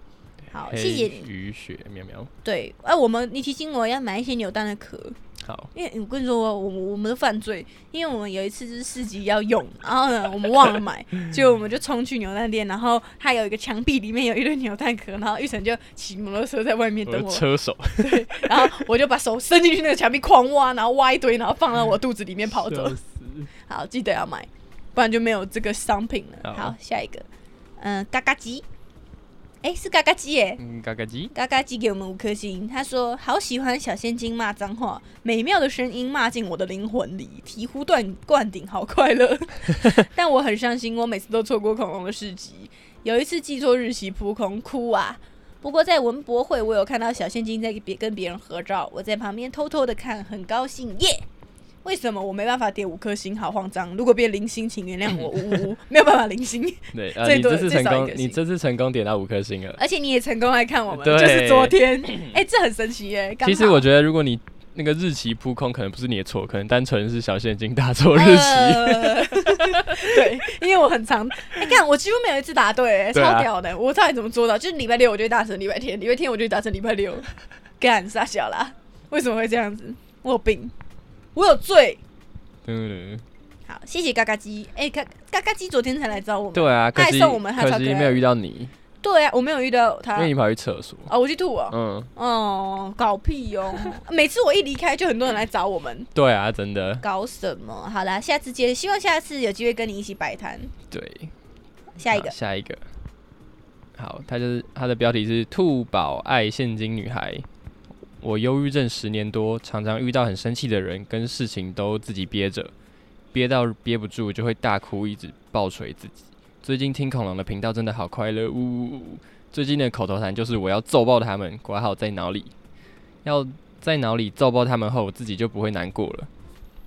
[SPEAKER 2] 好，谢谢
[SPEAKER 1] 黑
[SPEAKER 2] 你。
[SPEAKER 1] 鱼雪喵喵，
[SPEAKER 2] 对，哎、我们你提醒我要买一些扭蛋的壳，
[SPEAKER 1] 好，
[SPEAKER 2] 因呃为我跟你说，我我我们的犯罪，因为我们有一次就是市集要用，然后呢，我们忘了买，结果我们就冲去扭蛋店，然后它有一个墙壁里面有一堆扭蛋壳，然后玉成就骑摩托车在外面
[SPEAKER 1] 我
[SPEAKER 2] 等
[SPEAKER 1] 的
[SPEAKER 2] 我，
[SPEAKER 1] 车
[SPEAKER 2] <laughs>
[SPEAKER 1] 手
[SPEAKER 2] 然后我就把手伸进去那个墙壁狂挖，然后挖一堆，然后放到我肚子里面跑
[SPEAKER 1] <laughs>
[SPEAKER 2] 走
[SPEAKER 1] 笑。死
[SPEAKER 2] 好，记得要买，不然就没有这个商品了。
[SPEAKER 1] 好
[SPEAKER 2] 好，下一个，嗯，嘎嘎鸡，哎、是嘎嘎鸡耶。
[SPEAKER 1] 嗯，嘎嘎鸡，
[SPEAKER 2] 嘎嘎鸡给我们五颗星，他说好喜欢小现金骂脏话，美妙的声音骂进我的灵魂里，醍醐灌灌顶，好快乐。但我很伤心，我每次都错过恐龙的市集，有一次记错日期扑空，哭啊！不过在文博会，我有看到小现金在别跟别人合照，我在旁边偷偷的看，很高兴耶。为什么我没办法点五颗星？好慌张！如果变零星，请原谅我，呜呜，呜，没有办法零星。
[SPEAKER 1] 对，呃，
[SPEAKER 2] 最
[SPEAKER 1] 你
[SPEAKER 2] 多
[SPEAKER 1] 这次
[SPEAKER 2] 最
[SPEAKER 1] 成
[SPEAKER 2] 少一
[SPEAKER 1] 功
[SPEAKER 2] 个，
[SPEAKER 1] 你
[SPEAKER 2] 星哎
[SPEAKER 1] 这次成功点到五颗星了。
[SPEAKER 2] 而且你也成功来看我们，
[SPEAKER 1] 对
[SPEAKER 2] 就是昨天，哎、这很神奇耶、刚
[SPEAKER 1] 其实
[SPEAKER 2] 好
[SPEAKER 1] 我觉得，如果你那个日期扑空，可能不是你的错，可能单纯是小现金打错日期。
[SPEAKER 2] 呃 <laughs> 对，因为我很常，哎、看我几乎没有一次答对、哎
[SPEAKER 1] 对啊
[SPEAKER 2] 超屌的、我到底怎么做到？就是礼拜六我就会打成礼拜天，礼拜天我就会打成礼拜六，干傻小啦？为什么会这样子？我有病，我有罪。
[SPEAKER 1] <laughs>
[SPEAKER 2] 呃
[SPEAKER 1] 嗯，
[SPEAKER 2] 好，谢谢嘎嘎鸡，哎、嘎嘎嘎鸡昨天才来找我们，
[SPEAKER 1] 对啊，可
[SPEAKER 2] 他还
[SPEAKER 1] 惜
[SPEAKER 2] 送我们他
[SPEAKER 1] 可
[SPEAKER 2] 超
[SPEAKER 1] 惜
[SPEAKER 2] 可爱
[SPEAKER 1] 没有遇到你，
[SPEAKER 2] 对啊，我没有遇到他
[SPEAKER 1] 因，为你跑去厕所。
[SPEAKER 2] 哦，我去吐哦，
[SPEAKER 1] 嗯，
[SPEAKER 2] 哦，搞屁哦， <laughs> 每次我一离开就很多人来找我们，
[SPEAKER 1] 对啊，真的，
[SPEAKER 2] 搞什么？好啦，下次见，希望下次有机会跟你一起摆摊。
[SPEAKER 1] 对。
[SPEAKER 2] 下一个
[SPEAKER 1] 好，下一个。好，他就是他的标题是“兔宝爱现金女孩”。我忧郁症十年多，常常遇到很生气的人跟事情都自己憋着，憋到憋不住就会大哭，一直暴捶自己。最近听恐龙的频道真的好快乐，呜呜呜呜！最近的口头禅就是我要揍爆他们，管好在脑里，要在脑里揍爆他们后，我自己就不会难过了。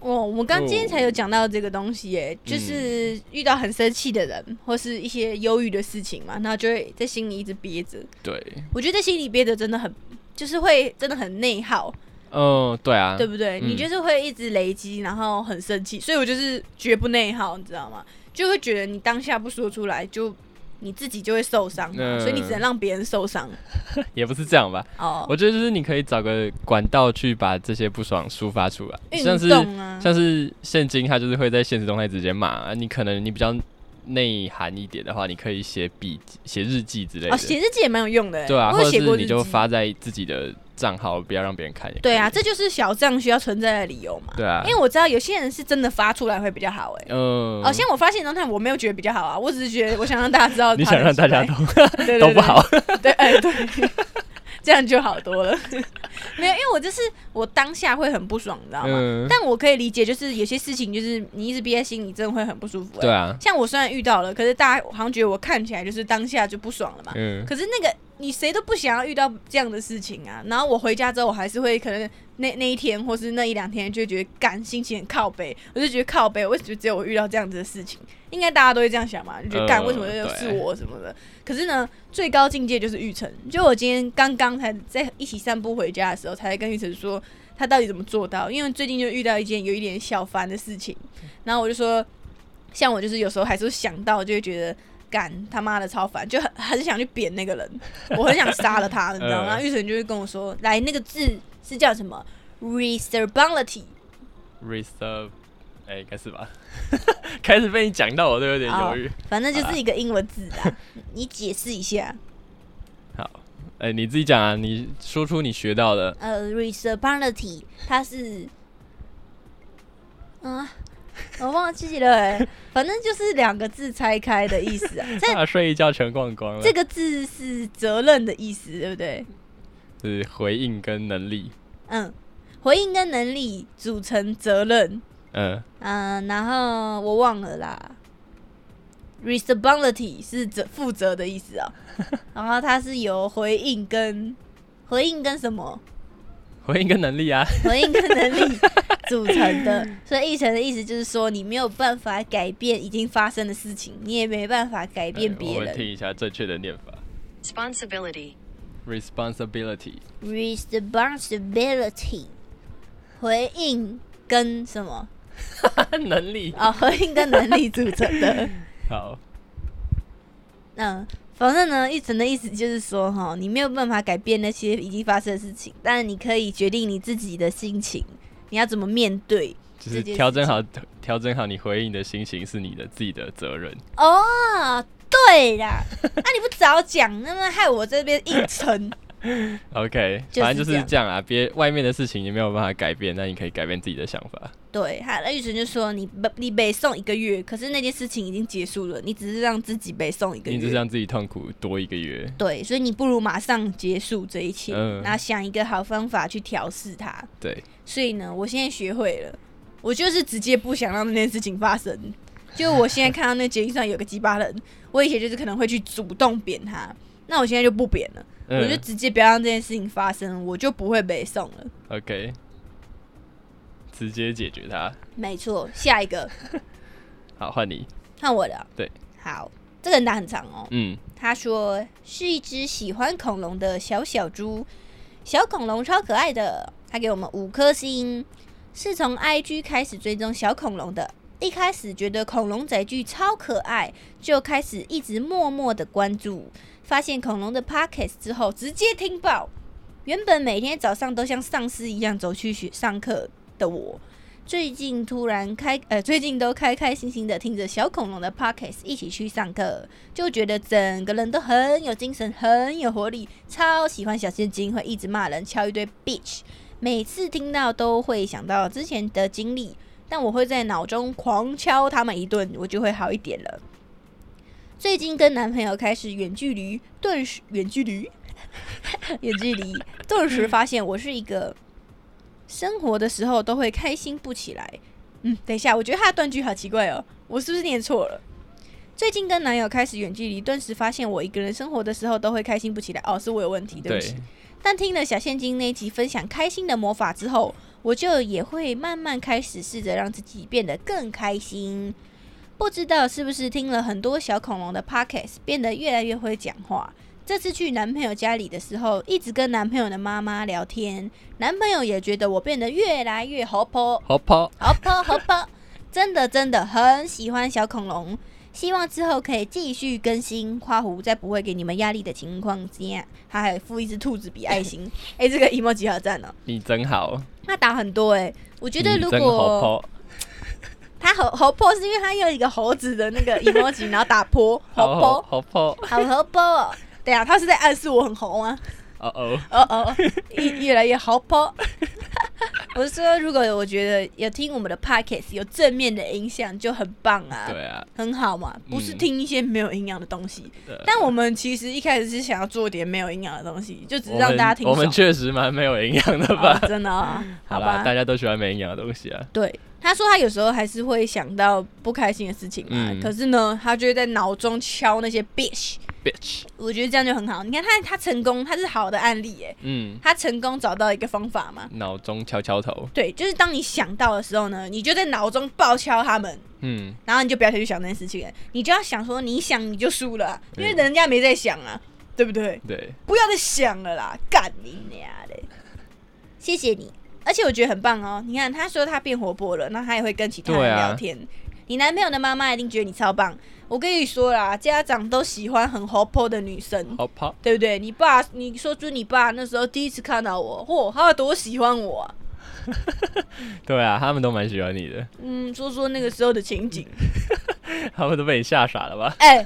[SPEAKER 2] 哦，我们刚今天才有讲到这个东西
[SPEAKER 1] 哦
[SPEAKER 2] 耶，
[SPEAKER 1] 嗯
[SPEAKER 2] 就是遇到很生气的人或是一些忧郁的事情嘛，然后就会在心里一直憋着。
[SPEAKER 1] 对，
[SPEAKER 2] 我觉得在心里憋着真的很，就是会真的很内耗，
[SPEAKER 1] 嗯，对啊，
[SPEAKER 2] 对不对？
[SPEAKER 1] 嗯
[SPEAKER 2] 你就是会一直累积，然后很生气，所以我就是绝不内耗，你知道吗？就会觉得你当下不说出来就。你自己就会受伤嘛，
[SPEAKER 1] 嗯
[SPEAKER 2] 所以你只能让别人受伤。
[SPEAKER 1] 也不是这样吧？
[SPEAKER 2] 哦，
[SPEAKER 1] 我觉得就是你可以找个管道去把这些不爽抒发出来，
[SPEAKER 2] 运
[SPEAKER 1] 像是
[SPEAKER 2] 动啊，
[SPEAKER 1] 像是现金，他就是会在现实动态直接骂、啊你，可能你比较内涵一点的话，你可以写笔记、写日记之类的，
[SPEAKER 2] 哦，写日记也蛮有用的欸。
[SPEAKER 1] 对啊，
[SPEAKER 2] 我
[SPEAKER 1] 或
[SPEAKER 2] 有
[SPEAKER 1] 者
[SPEAKER 2] 写过
[SPEAKER 1] 是你
[SPEAKER 2] 日记。
[SPEAKER 1] 就发在自己的账号，不要让别人看也可以。
[SPEAKER 2] 对啊，这就是小账需要存在的理由嘛。
[SPEAKER 1] 对啊
[SPEAKER 2] 因，为我知道有些人是真的发出来会比较好哎。
[SPEAKER 1] 嗯，
[SPEAKER 2] 哦，像我发现状态，我没有觉得比较好啊，我只是觉得我想让大家知道他
[SPEAKER 1] 你
[SPEAKER 2] 的出
[SPEAKER 1] 想
[SPEAKER 2] 来，
[SPEAKER 1] 让大家都
[SPEAKER 2] 对对
[SPEAKER 1] 都不好，
[SPEAKER 2] 对，对，哎对， <laughs> 这样就好多了。 <laughs> 没有，因为我就是我当下会很不爽，你知道吗？
[SPEAKER 1] 嗯，
[SPEAKER 2] 但我可以理解，就是有些事情就是你一直憋在心里，真的会很不舒服、欸。
[SPEAKER 1] 对啊，
[SPEAKER 2] 像我虽然遇到了，可是大家好像觉得我看起来就是当下就不爽了嘛。
[SPEAKER 1] 嗯，
[SPEAKER 2] 可是那个你谁都不想要遇到这样的事情啊。然后我回家之后，我还是会可能那那一天或是那一两天就会觉得干心情很靠背，我就觉得靠背，为什么只有我遇到这样子的事情？应该大家都会这样想嘛，就觉得
[SPEAKER 1] 呃
[SPEAKER 2] 干、为什么又
[SPEAKER 1] 对
[SPEAKER 2] 是我什么的。可是呢，最高境界就是玉成，就我今天刚刚才在一起散步回家的时候，才在跟玉成说。他到底怎么做到？因为最近就遇到一件有一点小烦的事情，然后我就说，像我就是有时候还是会想到，就会觉得干他妈的超烦，就很很想去扁那个人，我很想杀了他，你知道吗？
[SPEAKER 1] 嗯
[SPEAKER 2] 然后玉成就会跟我说，来那个字是叫什么 responsibility，
[SPEAKER 1] reserve，哎，应该是吧？ <laughs> 开始被你讲到，我都有点犹豫。
[SPEAKER 2] 反正就是一个英文字啊，你解释一下，
[SPEAKER 1] 哎，你自己讲啊，你说出你学到的，
[SPEAKER 2] 呃 responsibility 它是，嗯、我忘记了、欸，反正就是两个字拆开的意思啊，
[SPEAKER 1] <laughs>
[SPEAKER 2] 这
[SPEAKER 1] 啊，睡一觉全忘光了
[SPEAKER 2] 这，个字是责任的意思，对不对？
[SPEAKER 1] 是回应跟能力，
[SPEAKER 2] 嗯，回应跟能力组成责任，
[SPEAKER 1] 嗯，
[SPEAKER 2] 嗯，然后我忘了啦。responsibility 是责负责的意思啊、然后它是由回应跟回应跟什么
[SPEAKER 1] 回应跟能力啊，
[SPEAKER 2] 回应跟能力组成的，所以议程的意思就是说，你没有办法改变已经发生的事情，你也没办法改 <laughs> 变
[SPEAKER 1] 哎
[SPEAKER 2] 别
[SPEAKER 1] 我们听
[SPEAKER 2] 人。
[SPEAKER 1] 一下正确的念法
[SPEAKER 3] Responsibility.
[SPEAKER 2] <laughs>
[SPEAKER 1] ，responsibility。
[SPEAKER 2] responsibility 回应跟什么？
[SPEAKER 1] 能力
[SPEAKER 2] 啊、回应跟能力组成的。
[SPEAKER 1] 好，
[SPEAKER 2] 嗯，反正呢，一层的意思就是说，哈，你没有办法改变那些已经发生的事情，但是你可以决定你自己的心情，你要怎么面对。
[SPEAKER 1] 就是
[SPEAKER 2] 这件
[SPEAKER 1] 调整好调整好你回应的心情是你的自己的责任。
[SPEAKER 2] 哦，对
[SPEAKER 1] <laughs>
[SPEAKER 2] 啦，啊，你不早讲，那么害我这边硬撑。
[SPEAKER 1] OK，
[SPEAKER 2] 就是
[SPEAKER 1] 反正就
[SPEAKER 2] 这
[SPEAKER 1] 是
[SPEAKER 2] 样
[SPEAKER 1] 这样啊，别外面的事情你没有办法改变，那你可以改变自己的想法。
[SPEAKER 2] 对，他那玉成就说你北你北送一个月，可是那件事情已经结束了，你只是让自己北送一个
[SPEAKER 1] 你只是
[SPEAKER 2] 月。
[SPEAKER 1] 让自己痛苦多一个月。
[SPEAKER 2] 对，所以你不如马上结束这一切，
[SPEAKER 1] 嗯
[SPEAKER 2] 然后想一个好方法去调试它。
[SPEAKER 1] 对，
[SPEAKER 2] 所以呢，我现在学会了，我就是直接不想让那件事情发生。就我现在看到那捷运上有个鸡巴人，我以前就是可能会去主动扁他，那我现在就不扁了，我就
[SPEAKER 1] 嗯
[SPEAKER 2] 直接不要让这件事情发生，我就不会被送了。
[SPEAKER 1] ，OK，直接解决它。
[SPEAKER 2] 没错，下一个
[SPEAKER 1] 好，换你。
[SPEAKER 2] 看我的，
[SPEAKER 1] 对，
[SPEAKER 2] 好，这个答很长哦。
[SPEAKER 1] 嗯，
[SPEAKER 2] 他说是一只喜欢恐龙的小小猪，小恐龙超可爱的，他给我们五颗星，是从 IG 开始追踪小恐龙的。一开始觉得恐龙载具超可爱，就开始一直默默的关注。发现恐龙的 Pockets 之后，直接听爆。原本每天早上都像丧尸一样走去学上课的我，最近突然开呃，最近都开开心心的听着小恐龙的 Pockets 一起去上课。就觉得整个人都很有精神，很有活力，超喜欢小现金，会一直骂人，敲一堆 bitch。每次听到都会想到之前的经历，但我会在脑中狂敲他们一顿，我就会好一点了。最近跟男朋友开始远距离，顿时远距离， <laughs> 远距离，顿时发现我是一个生活的时候都会开心不起来。嗯，等一下，我觉得他的断句好奇怪哦，我是不是念错了？最近跟男友开始远距离，顿时发现我一个人生活的时候都会开心不起来。哦，是我有问题，对
[SPEAKER 1] 对
[SPEAKER 2] 不起。，但听了小现金那一集分享开心的魔法之后，我就也会慢慢开始试着让自己变得更开心。不知道是不是听了很多小恐龙的 podcast，变得越来越会讲话。这次去男朋友家里的时候，一直跟男朋友的妈妈聊天，男朋友也觉得我变得越来越活泼，
[SPEAKER 1] 好跑。
[SPEAKER 2] 活泼活泼。真的真的很喜欢小恐龙，希望之后可以继续更新花狐，在不会给你们压力的情况下，他还附一只兔子比爱 <laughs> 心，哎、这个 emoji 好赞哦、
[SPEAKER 1] 你真好，
[SPEAKER 2] 那打很多哎、我觉得
[SPEAKER 1] 你
[SPEAKER 2] 如
[SPEAKER 1] 真活
[SPEAKER 2] 果
[SPEAKER 1] 泼，
[SPEAKER 2] 他猴猴婆是因为他有一个猴子的那个 emoji，然后打泼猴
[SPEAKER 1] 好活
[SPEAKER 2] 婆，
[SPEAKER 1] 活泼，
[SPEAKER 2] 好猴婆哦。对啊，他是在暗示我很啊猴吗？
[SPEAKER 1] 哦哦，
[SPEAKER 2] 哦哦，越越来越豪泼。 <laughs> 我是说，如果我觉得有听我们的 podcast 有正面的影响，就很棒啊，
[SPEAKER 1] 对啊，
[SPEAKER 2] 很好嘛，不是
[SPEAKER 1] 嗯
[SPEAKER 2] 听一些没有营养的东西。
[SPEAKER 1] 对
[SPEAKER 2] 但我们其实一开始是想要做点没有营养的东西，就只是
[SPEAKER 1] 我
[SPEAKER 2] 让
[SPEAKER 1] 们
[SPEAKER 2] 大家听
[SPEAKER 1] 我们
[SPEAKER 2] 爽
[SPEAKER 1] 确实蛮没有营养的吧 <laughs>
[SPEAKER 2] 哦？真的啊、好
[SPEAKER 1] 啦，
[SPEAKER 2] 吧
[SPEAKER 1] 大。家都喜欢没营养的东西啊。
[SPEAKER 2] 对，他说他有时候还是会想到不开心的事情嘛，
[SPEAKER 1] 嗯
[SPEAKER 2] 可是呢，他就会在脑中敲那些 bitch。
[SPEAKER 1] Bitch，
[SPEAKER 2] 我觉得这样就很好。你看他，他成功，他是好的案例耶，
[SPEAKER 1] 嗯，
[SPEAKER 2] 他成功找到一个方法嘛。
[SPEAKER 1] 脑中敲敲头，
[SPEAKER 2] 对，就是当你想到的时候呢，你就在脑中爆敲他们，
[SPEAKER 1] 嗯，
[SPEAKER 2] 然后你就不要再去想那件事情了，你就要想说，你想你就输了啊、因为人家没在想啊，对不对？
[SPEAKER 1] 对，
[SPEAKER 2] 不要再想了啦，干你娘的！谢谢你，而且我觉得很棒哦。你看，他说他变活泼了，那他也会跟其他人
[SPEAKER 1] 对啊
[SPEAKER 2] 聊天。你男朋友的妈妈一定觉得你超棒。我跟你说啦，家长都喜欢很活泼的女生，
[SPEAKER 1] 好跑，
[SPEAKER 2] 对不对？你爸，你说出你爸那时候第一次看到我，嚯、他有多喜欢我啊、
[SPEAKER 1] 对啊，他们都蛮喜欢你的，
[SPEAKER 2] 嗯，说说那个时候的
[SPEAKER 1] <laughs>
[SPEAKER 2] 情景。
[SPEAKER 1] 他们都被你吓傻了吧？
[SPEAKER 2] 哎、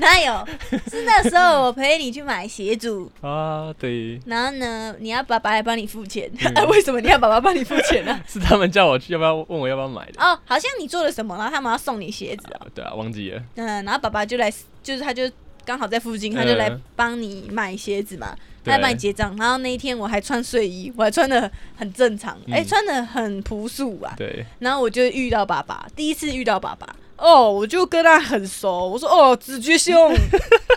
[SPEAKER 2] 哪有？是那时候我陪你去买鞋组，
[SPEAKER 1] 啊，对，
[SPEAKER 2] 然后呢，你要爸爸来帮你付钱。
[SPEAKER 1] 嗯
[SPEAKER 2] 哎， <laughs> 为什么你要爸爸帮你付钱呢、
[SPEAKER 1] 是他们叫我去，要不要问我要不要买的？
[SPEAKER 2] <laughs> 哦，好像你做了什么，然后他们要送你鞋子哦。
[SPEAKER 1] 啊对啊，忘记了，
[SPEAKER 2] 嗯，然后爸爸就来，就是他就刚好在附近，他就来
[SPEAKER 1] 嗯
[SPEAKER 2] 帮你买鞋子嘛，他
[SPEAKER 1] 对
[SPEAKER 2] 来帮你结账。然后那一天我还穿睡衣，我还穿的很正常，哎、
[SPEAKER 1] 嗯
[SPEAKER 2] 穿的很朴素啊。
[SPEAKER 1] 对， <laughs>
[SPEAKER 2] 然后我就遇到爸爸，第一次遇到爸爸，哦，我就跟他很熟，我说哦，子
[SPEAKER 1] <laughs>
[SPEAKER 2] 爵兄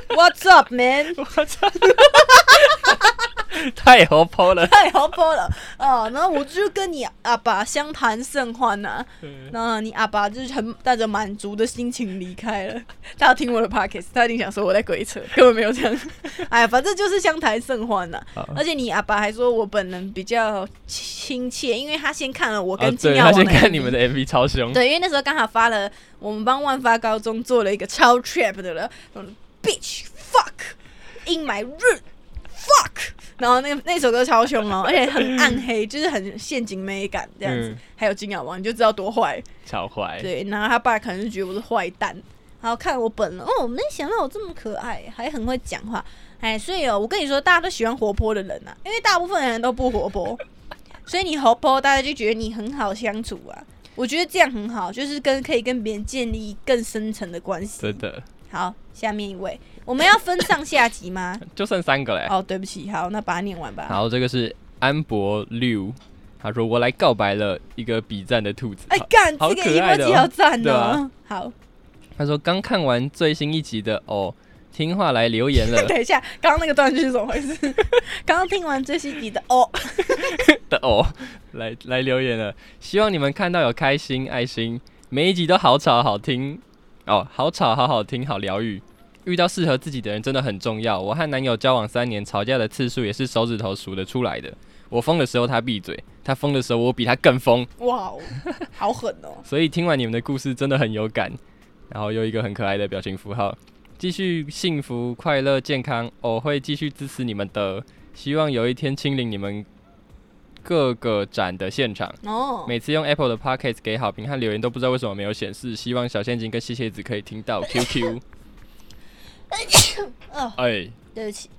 [SPEAKER 2] ，What's up man？
[SPEAKER 1] 太活泼了，
[SPEAKER 2] 太活泼了哦，然后我就跟你阿爸相谈甚欢呐、啊，然后你阿爸就是很带着满足的心情离开了。他要听我的 podcast，他一定想说我在鬼扯，根本没有
[SPEAKER 1] <laughs>
[SPEAKER 2] 这样。哎呀，反正就是相谈甚欢呐、
[SPEAKER 1] 好
[SPEAKER 2] 而且你阿爸还说我本人比较亲切，因为他先看了我
[SPEAKER 1] 啊，
[SPEAKER 2] 跟金
[SPEAKER 1] 对，
[SPEAKER 2] 耀
[SPEAKER 1] 他
[SPEAKER 2] 王的、
[SPEAKER 1] 先看你们的 MV 超凶，
[SPEAKER 2] 对，因为那时候刚好发了，我们帮万发高中做了一个超 trap 的了嗯，bitch fuck in my room fuck，然后那个那首歌超凶哦，而且很暗黑，就是很陷阱美感这样子。
[SPEAKER 1] 嗯
[SPEAKER 2] 还有金鸟王，你就知道多坏。
[SPEAKER 1] 超坏，
[SPEAKER 2] 对，然后他爸可能就觉得我是坏蛋，然后看我本人，哦，没想到我这么可爱，还很会讲话，哎，所以哦，我跟你说，大家都喜欢活泼的人呐、因为大部分人都不
[SPEAKER 1] <laughs>
[SPEAKER 2] 活泼，所以你活泼，大家就觉得你很好相处啊。我觉得这样很好，就是跟可以跟别人建立更深层的关系。
[SPEAKER 1] 真的，
[SPEAKER 2] 好，下面一位，我们要分上下集
[SPEAKER 1] <laughs>
[SPEAKER 2] 吗？
[SPEAKER 1] 就剩三个嘞。
[SPEAKER 2] 哦，对不起，好，那把它念完吧。
[SPEAKER 1] 哎好，这个是安博六，他说我来告白了一个比赞的兔子。
[SPEAKER 2] 哎
[SPEAKER 1] 好，
[SPEAKER 2] 干，
[SPEAKER 1] 好
[SPEAKER 2] 这个
[SPEAKER 1] 可爱的
[SPEAKER 2] emoji
[SPEAKER 1] 哦
[SPEAKER 2] 好赞
[SPEAKER 1] 对
[SPEAKER 2] 哦
[SPEAKER 1] 啊。
[SPEAKER 2] 好，
[SPEAKER 1] 他说刚看完最新一集的哦，听话来留言
[SPEAKER 2] <laughs>
[SPEAKER 1] 了
[SPEAKER 2] 等一下，刚刚那个断句是怎么回事？
[SPEAKER 1] <laughs>
[SPEAKER 2] 刚刚听完最新集的哦，
[SPEAKER 1] 的哦，来来留言了，希望你们看到有开心爱心，每一集都好吵好听哦，好吵好好听好疗愈。遇到适合自己的人真的很重要。我和男友交往三年，吵架的次数也是手指头数得出来的。我疯的时候他闭嘴，他疯的时候我比他更疯。
[SPEAKER 2] 哇 <laughs> 哦，好狠哦！
[SPEAKER 1] 所以听完你们的故事真的很有感，然后又一个很可爱的表情符号，继续幸福、快乐、健康，我会继续支持你们的，希望有一天亲临你们各个展的现场。
[SPEAKER 2] 哦，
[SPEAKER 1] 每次用 Apple 的 Podcast 给好评和留言都不知道为什么没有显示，希望小陷阱跟谢谢子可以听到
[SPEAKER 2] <coughs>
[SPEAKER 1] QQ。
[SPEAKER 2] 哦，
[SPEAKER 1] 哎，
[SPEAKER 2] 对不起。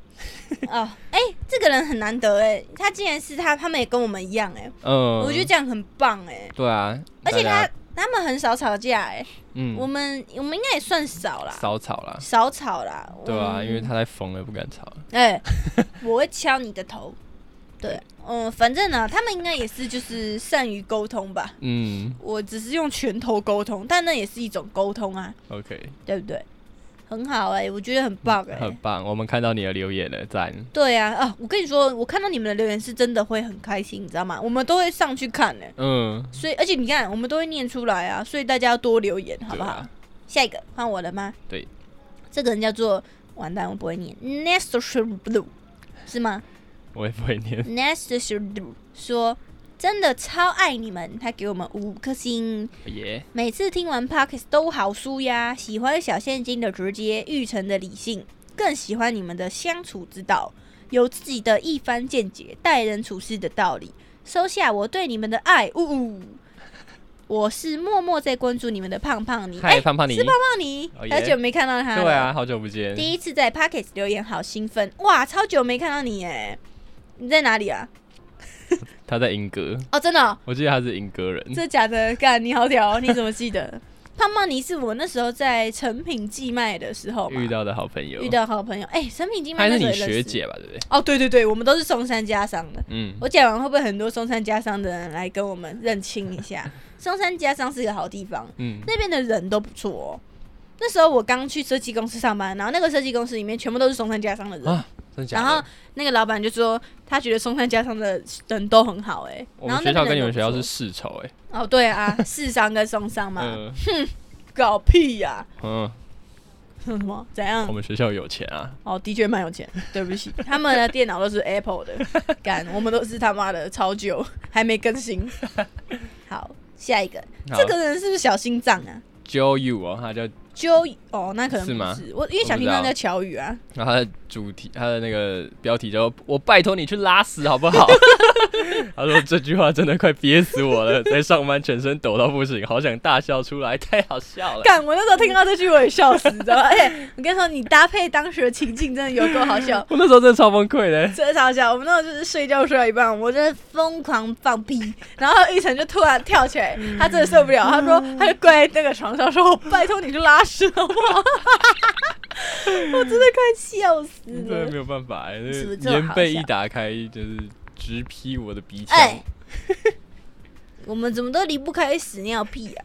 [SPEAKER 2] 哦，哎、这个人很难得哎，他竟然是他，他们也跟我们一样哎，
[SPEAKER 1] 嗯，
[SPEAKER 2] 我觉得这样很棒哎，
[SPEAKER 1] 对啊，
[SPEAKER 2] 而且
[SPEAKER 1] 大
[SPEAKER 2] 他
[SPEAKER 1] 家
[SPEAKER 2] 他们很少吵架哎，我
[SPEAKER 1] 嗯
[SPEAKER 2] 们我们应该也算少啦，
[SPEAKER 1] 骚吵啦，
[SPEAKER 2] 少吵啦，
[SPEAKER 1] 对啊，
[SPEAKER 2] 嗯
[SPEAKER 1] 因为他太疯了，不敢吵。
[SPEAKER 2] 哎、 <laughs> 我会敲你的头，对，嗯，反正呢、他们应该也是就是善于沟通吧，
[SPEAKER 1] 嗯
[SPEAKER 2] 我只是用拳头沟通，但那也是一种沟通啊，
[SPEAKER 1] ，OK，
[SPEAKER 2] 对不对？很好哎、我觉得很棒哎、
[SPEAKER 1] 很棒，我们看到你的留言了，赞。
[SPEAKER 2] 对啊，啊，我跟你说，我看到你们的留言是真的会很开心，你知道吗？我们都会上去看哎、
[SPEAKER 1] 嗯，
[SPEAKER 2] 所以而且你看，我们都会念出来啊，所以大家要多留言，好
[SPEAKER 1] 对
[SPEAKER 2] 不好？
[SPEAKER 1] 啊
[SPEAKER 2] 下一个换我了吗？
[SPEAKER 1] 对，
[SPEAKER 2] 这个人叫做完蛋，我不会念 n e s t a r Blue 是吗
[SPEAKER 1] 我也不会念。
[SPEAKER 2] n e s t a r Blue 说真的超爱你们，他给我们五颗星。
[SPEAKER 1] 耶、
[SPEAKER 2] 每次听完 Pockets 都好舒压，喜欢小现金的直接，玉成的理性，更喜欢你们的相处之道，有自己的一番见解，待人处事的道理，收下我对你们的爱。呜呜，我是默默在关注你们的胖胖你，
[SPEAKER 1] 嗨、
[SPEAKER 2] 哎，
[SPEAKER 1] 胖胖你，
[SPEAKER 2] 是胖胖你
[SPEAKER 1] 哦，耶
[SPEAKER 2] 好久没看到他了。
[SPEAKER 1] 对啊，好久不见。
[SPEAKER 2] 第一次在 Pockets 留言，好兴奋哇！超久没看到你哎，你在哪里啊？
[SPEAKER 1] 他在英格，
[SPEAKER 2] 哦，真的哦、
[SPEAKER 1] 我记得他是英格人。
[SPEAKER 2] 这假的？干，你好屌、哦，你怎么记得？ <laughs> 胖胖尼是我那时候在成品寄卖的时候嘛
[SPEAKER 1] 遇到的好朋友，
[SPEAKER 2] 遇到好朋友，哎、成品寄
[SPEAKER 1] 她
[SPEAKER 2] 卖
[SPEAKER 1] 是
[SPEAKER 2] 那时候
[SPEAKER 1] 你
[SPEAKER 2] 也认识
[SPEAKER 1] 学姐吧？对不对？
[SPEAKER 2] 哦，对对对，我们都是松山家商的。
[SPEAKER 1] 嗯，
[SPEAKER 2] 我讲完会不会很多松山家商的人来跟我们认清一下？ <laughs> 松山家商是个好地方，
[SPEAKER 1] 嗯，
[SPEAKER 2] 那边的人都不错哦。那时候我刚去设计公司上班，然后那个设计公司里面全部都是松山家商的人，
[SPEAKER 1] 啊，真假
[SPEAKER 2] 然
[SPEAKER 1] 的？
[SPEAKER 2] 后那个老板就说他觉得松山家商的人都很好、哎，
[SPEAKER 1] 我们
[SPEAKER 2] 然后
[SPEAKER 1] 学
[SPEAKER 2] 那边
[SPEAKER 1] 校跟你
[SPEAKER 2] 人
[SPEAKER 1] 们学
[SPEAKER 2] 都
[SPEAKER 1] 校
[SPEAKER 2] 不
[SPEAKER 1] 是
[SPEAKER 2] 错
[SPEAKER 1] 世仇哎、
[SPEAKER 2] 哦，
[SPEAKER 1] <laughs>
[SPEAKER 2] 对啊，市商跟松商嘛，
[SPEAKER 1] 嗯
[SPEAKER 2] 搞屁呀、
[SPEAKER 1] 嗯，
[SPEAKER 2] 哼什么？怎
[SPEAKER 1] 我
[SPEAKER 2] 样？
[SPEAKER 1] 们学校有钱啊，
[SPEAKER 2] 哦，的确蛮有钱。对不起， <laughs> 他们的电脑都是 Apple 的， <laughs> 干，我们都是他妈的超久，还没
[SPEAKER 1] <laughs>
[SPEAKER 2] 更新。好，下一个，
[SPEAKER 1] 好
[SPEAKER 2] 这个人是不是小心脏啊？
[SPEAKER 1] ，Joe You 哦，他叫，
[SPEAKER 2] 纠哦，那可能
[SPEAKER 1] 是吗
[SPEAKER 2] 不是我，因为小心
[SPEAKER 1] 我
[SPEAKER 2] 脏
[SPEAKER 1] 不知道
[SPEAKER 2] 叫乔宇啊。
[SPEAKER 1] 然后他的主题，他的那个标题叫“我拜托你去拉屎好不好？” <laughs> 他说这句话真的快憋死我了，在上班全身抖到不行，好想大笑出来，太好笑了。
[SPEAKER 2] 干，我那时候听到这句我也笑死，知道吗？而 <laughs> 且我跟你说，你搭配当时的情境真的有够好笑。
[SPEAKER 1] 我那时候真的超崩溃的、
[SPEAKER 2] 真的超好笑，我们那时候就是睡觉睡到一半，我真的疯狂放屁，然后玉成就突然跳起来，
[SPEAKER 1] 嗯
[SPEAKER 2] 他真的受不了，他说他就跪在那个床上说：“我拜托你去拉屎好不好？” <laughs> 我真的快笑死
[SPEAKER 1] 真的
[SPEAKER 2] 了
[SPEAKER 1] 没。有办法、欸，
[SPEAKER 2] 是不是
[SPEAKER 1] 那个
[SPEAKER 2] 这么
[SPEAKER 1] 棉
[SPEAKER 2] 好
[SPEAKER 1] 被
[SPEAKER 2] 笑
[SPEAKER 1] 一打开就是直劈我的鼻腔。
[SPEAKER 2] 哎，我们怎么都离不开屎尿屁啊！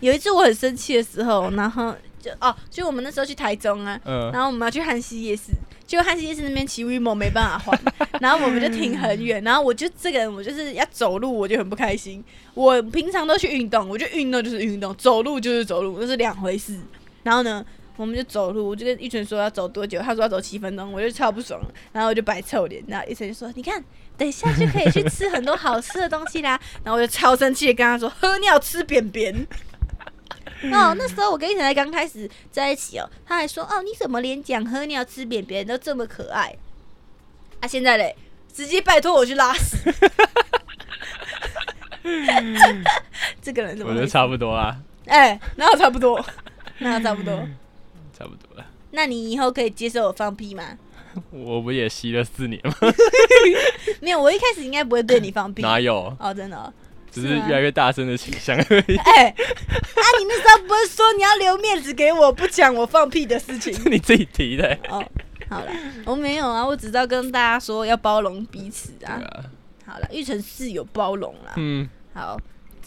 [SPEAKER 2] 有一次我很生气的时候，然后就哦，就我们那时候去台中啊，
[SPEAKER 1] 嗯，
[SPEAKER 2] 然后我们要去汉西夜市，结果汉西夜市那边骑 WeMo 没办法还，然后我们就停很远，然后我就这个人我就是要走路我就很不开心，我平常都去运动，我觉得运动就是运动，走路就是走路，那是两回事。然后呢，我们就走路，我就跟玉纯说要走多久，他说要走七分钟，我就超不爽了，然后我就摆臭脸，然后玉纯就说你看。等一下就可以去吃很多好吃的东西 <laughs> 啦，然后我就超生气的跟他说：“喝尿吃便便。”哦，那时候我跟一晨才刚开始在一起哦，他还说哦，你怎么连讲喝尿吃便便都这么可爱？啊，现在嘞，直接拜托我去拉屎。 <laughs> 这个人怎么
[SPEAKER 1] 我
[SPEAKER 2] 回
[SPEAKER 1] 觉
[SPEAKER 2] 事？
[SPEAKER 1] 得差不多啦，
[SPEAKER 2] 哎、哪有差不多？哪有差不多？
[SPEAKER 1] 差不多了。
[SPEAKER 2] 那你以后可以接受我放屁吗？
[SPEAKER 1] 我不也吸了四年吗？
[SPEAKER 2] 没有，我一开始应该不会对你放屁。
[SPEAKER 1] <laughs> 哪有？
[SPEAKER 2] 哦，真的、哦。
[SPEAKER 1] 只
[SPEAKER 2] 是
[SPEAKER 1] 是
[SPEAKER 2] 吗
[SPEAKER 1] 越来越大声的倾向而已。 <laughs>
[SPEAKER 2] 哎、啊，你那时候不是说你要留面子给我，不讲我放屁的事
[SPEAKER 1] <laughs>
[SPEAKER 2] 情？
[SPEAKER 1] 是你自己提的、欸。
[SPEAKER 2] 哦，好了，我没有啊，我只知道跟大家说要包容彼此啊
[SPEAKER 1] 对。啊，
[SPEAKER 2] 好了，玉成是有包容啦。
[SPEAKER 1] 嗯，
[SPEAKER 2] 好，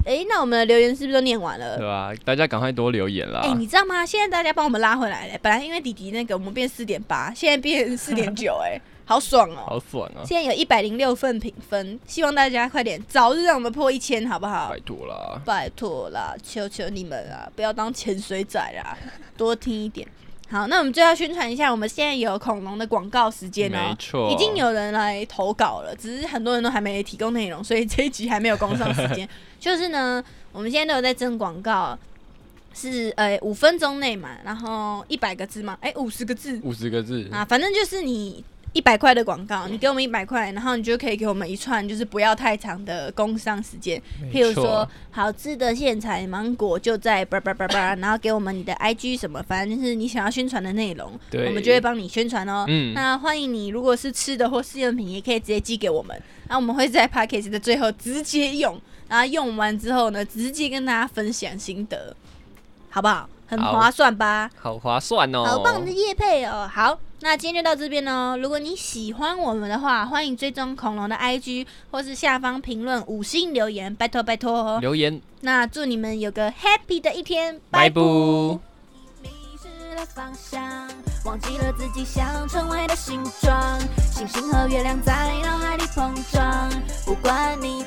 [SPEAKER 2] 哎、那我们的留言是不是都念完了
[SPEAKER 1] 对？吧、大家赶快多留言啦。
[SPEAKER 2] 哎、你知道吗？现在大家帮我们拉回来了。本来因为弟弟那个我们变四点八，现在变四点
[SPEAKER 1] <laughs>
[SPEAKER 2] 九，哎，好爽哦、
[SPEAKER 1] 好爽啊！
[SPEAKER 2] 现在有一百零六份评分，希望大家快点早日让我们破一千，好不好？
[SPEAKER 1] 拜托啦，
[SPEAKER 2] 拜托啦，求求你们啦，不要当潜水仔啦， <laughs> 多听一点。好，那我们就要宣传一下，我们现在有恐龙的广告时间哦
[SPEAKER 1] 没。错，
[SPEAKER 2] 已经有人来投稿了，只是很多人都还没提供内容，所以这一集还没有工上时
[SPEAKER 1] <laughs>
[SPEAKER 2] 间。就是呢，我们现在都有在征广告，是呃五分钟内嘛，然后一百个字嘛，哎五十个字
[SPEAKER 1] 五十个字，
[SPEAKER 2] 啊，反正就是你一百块的广告，你给我们一百块，然后你就可以给我们一串，就是不要太长的工商时间，譬如
[SPEAKER 1] 没
[SPEAKER 2] 说
[SPEAKER 1] 错，
[SPEAKER 2] 好吃的现采芒果就在叭叭叭叭，
[SPEAKER 1] <laughs>
[SPEAKER 2] 然后给我们你的 IG 什么，反正就是你想要宣传的内容，
[SPEAKER 1] 对
[SPEAKER 2] 我们就会帮你宣传哦。
[SPEAKER 1] 嗯
[SPEAKER 2] 那欢迎你，如果是吃的或试用品，也可以直接寄给我们，那我们会在 p a c k a g e 的最后直接用，然后用完之后呢，直接跟大家分享心得，好不好？很
[SPEAKER 1] 好
[SPEAKER 2] 划算吧？
[SPEAKER 1] 好划算哦，
[SPEAKER 2] 好棒的夜配哦！好，那今天就到这边喽。如果你喜欢我们的话，欢迎追踪恐龙的 IG，或是下方评论五星留言，拜托拜托哦。
[SPEAKER 1] 留言，
[SPEAKER 2] 那祝你们有个 happy 的一天，
[SPEAKER 1] 拜拜
[SPEAKER 2] 拜拜。。
[SPEAKER 3] 迷失了方向，忘记了自己想成为的形状。星星和月亮在脑海里碰撞，不管你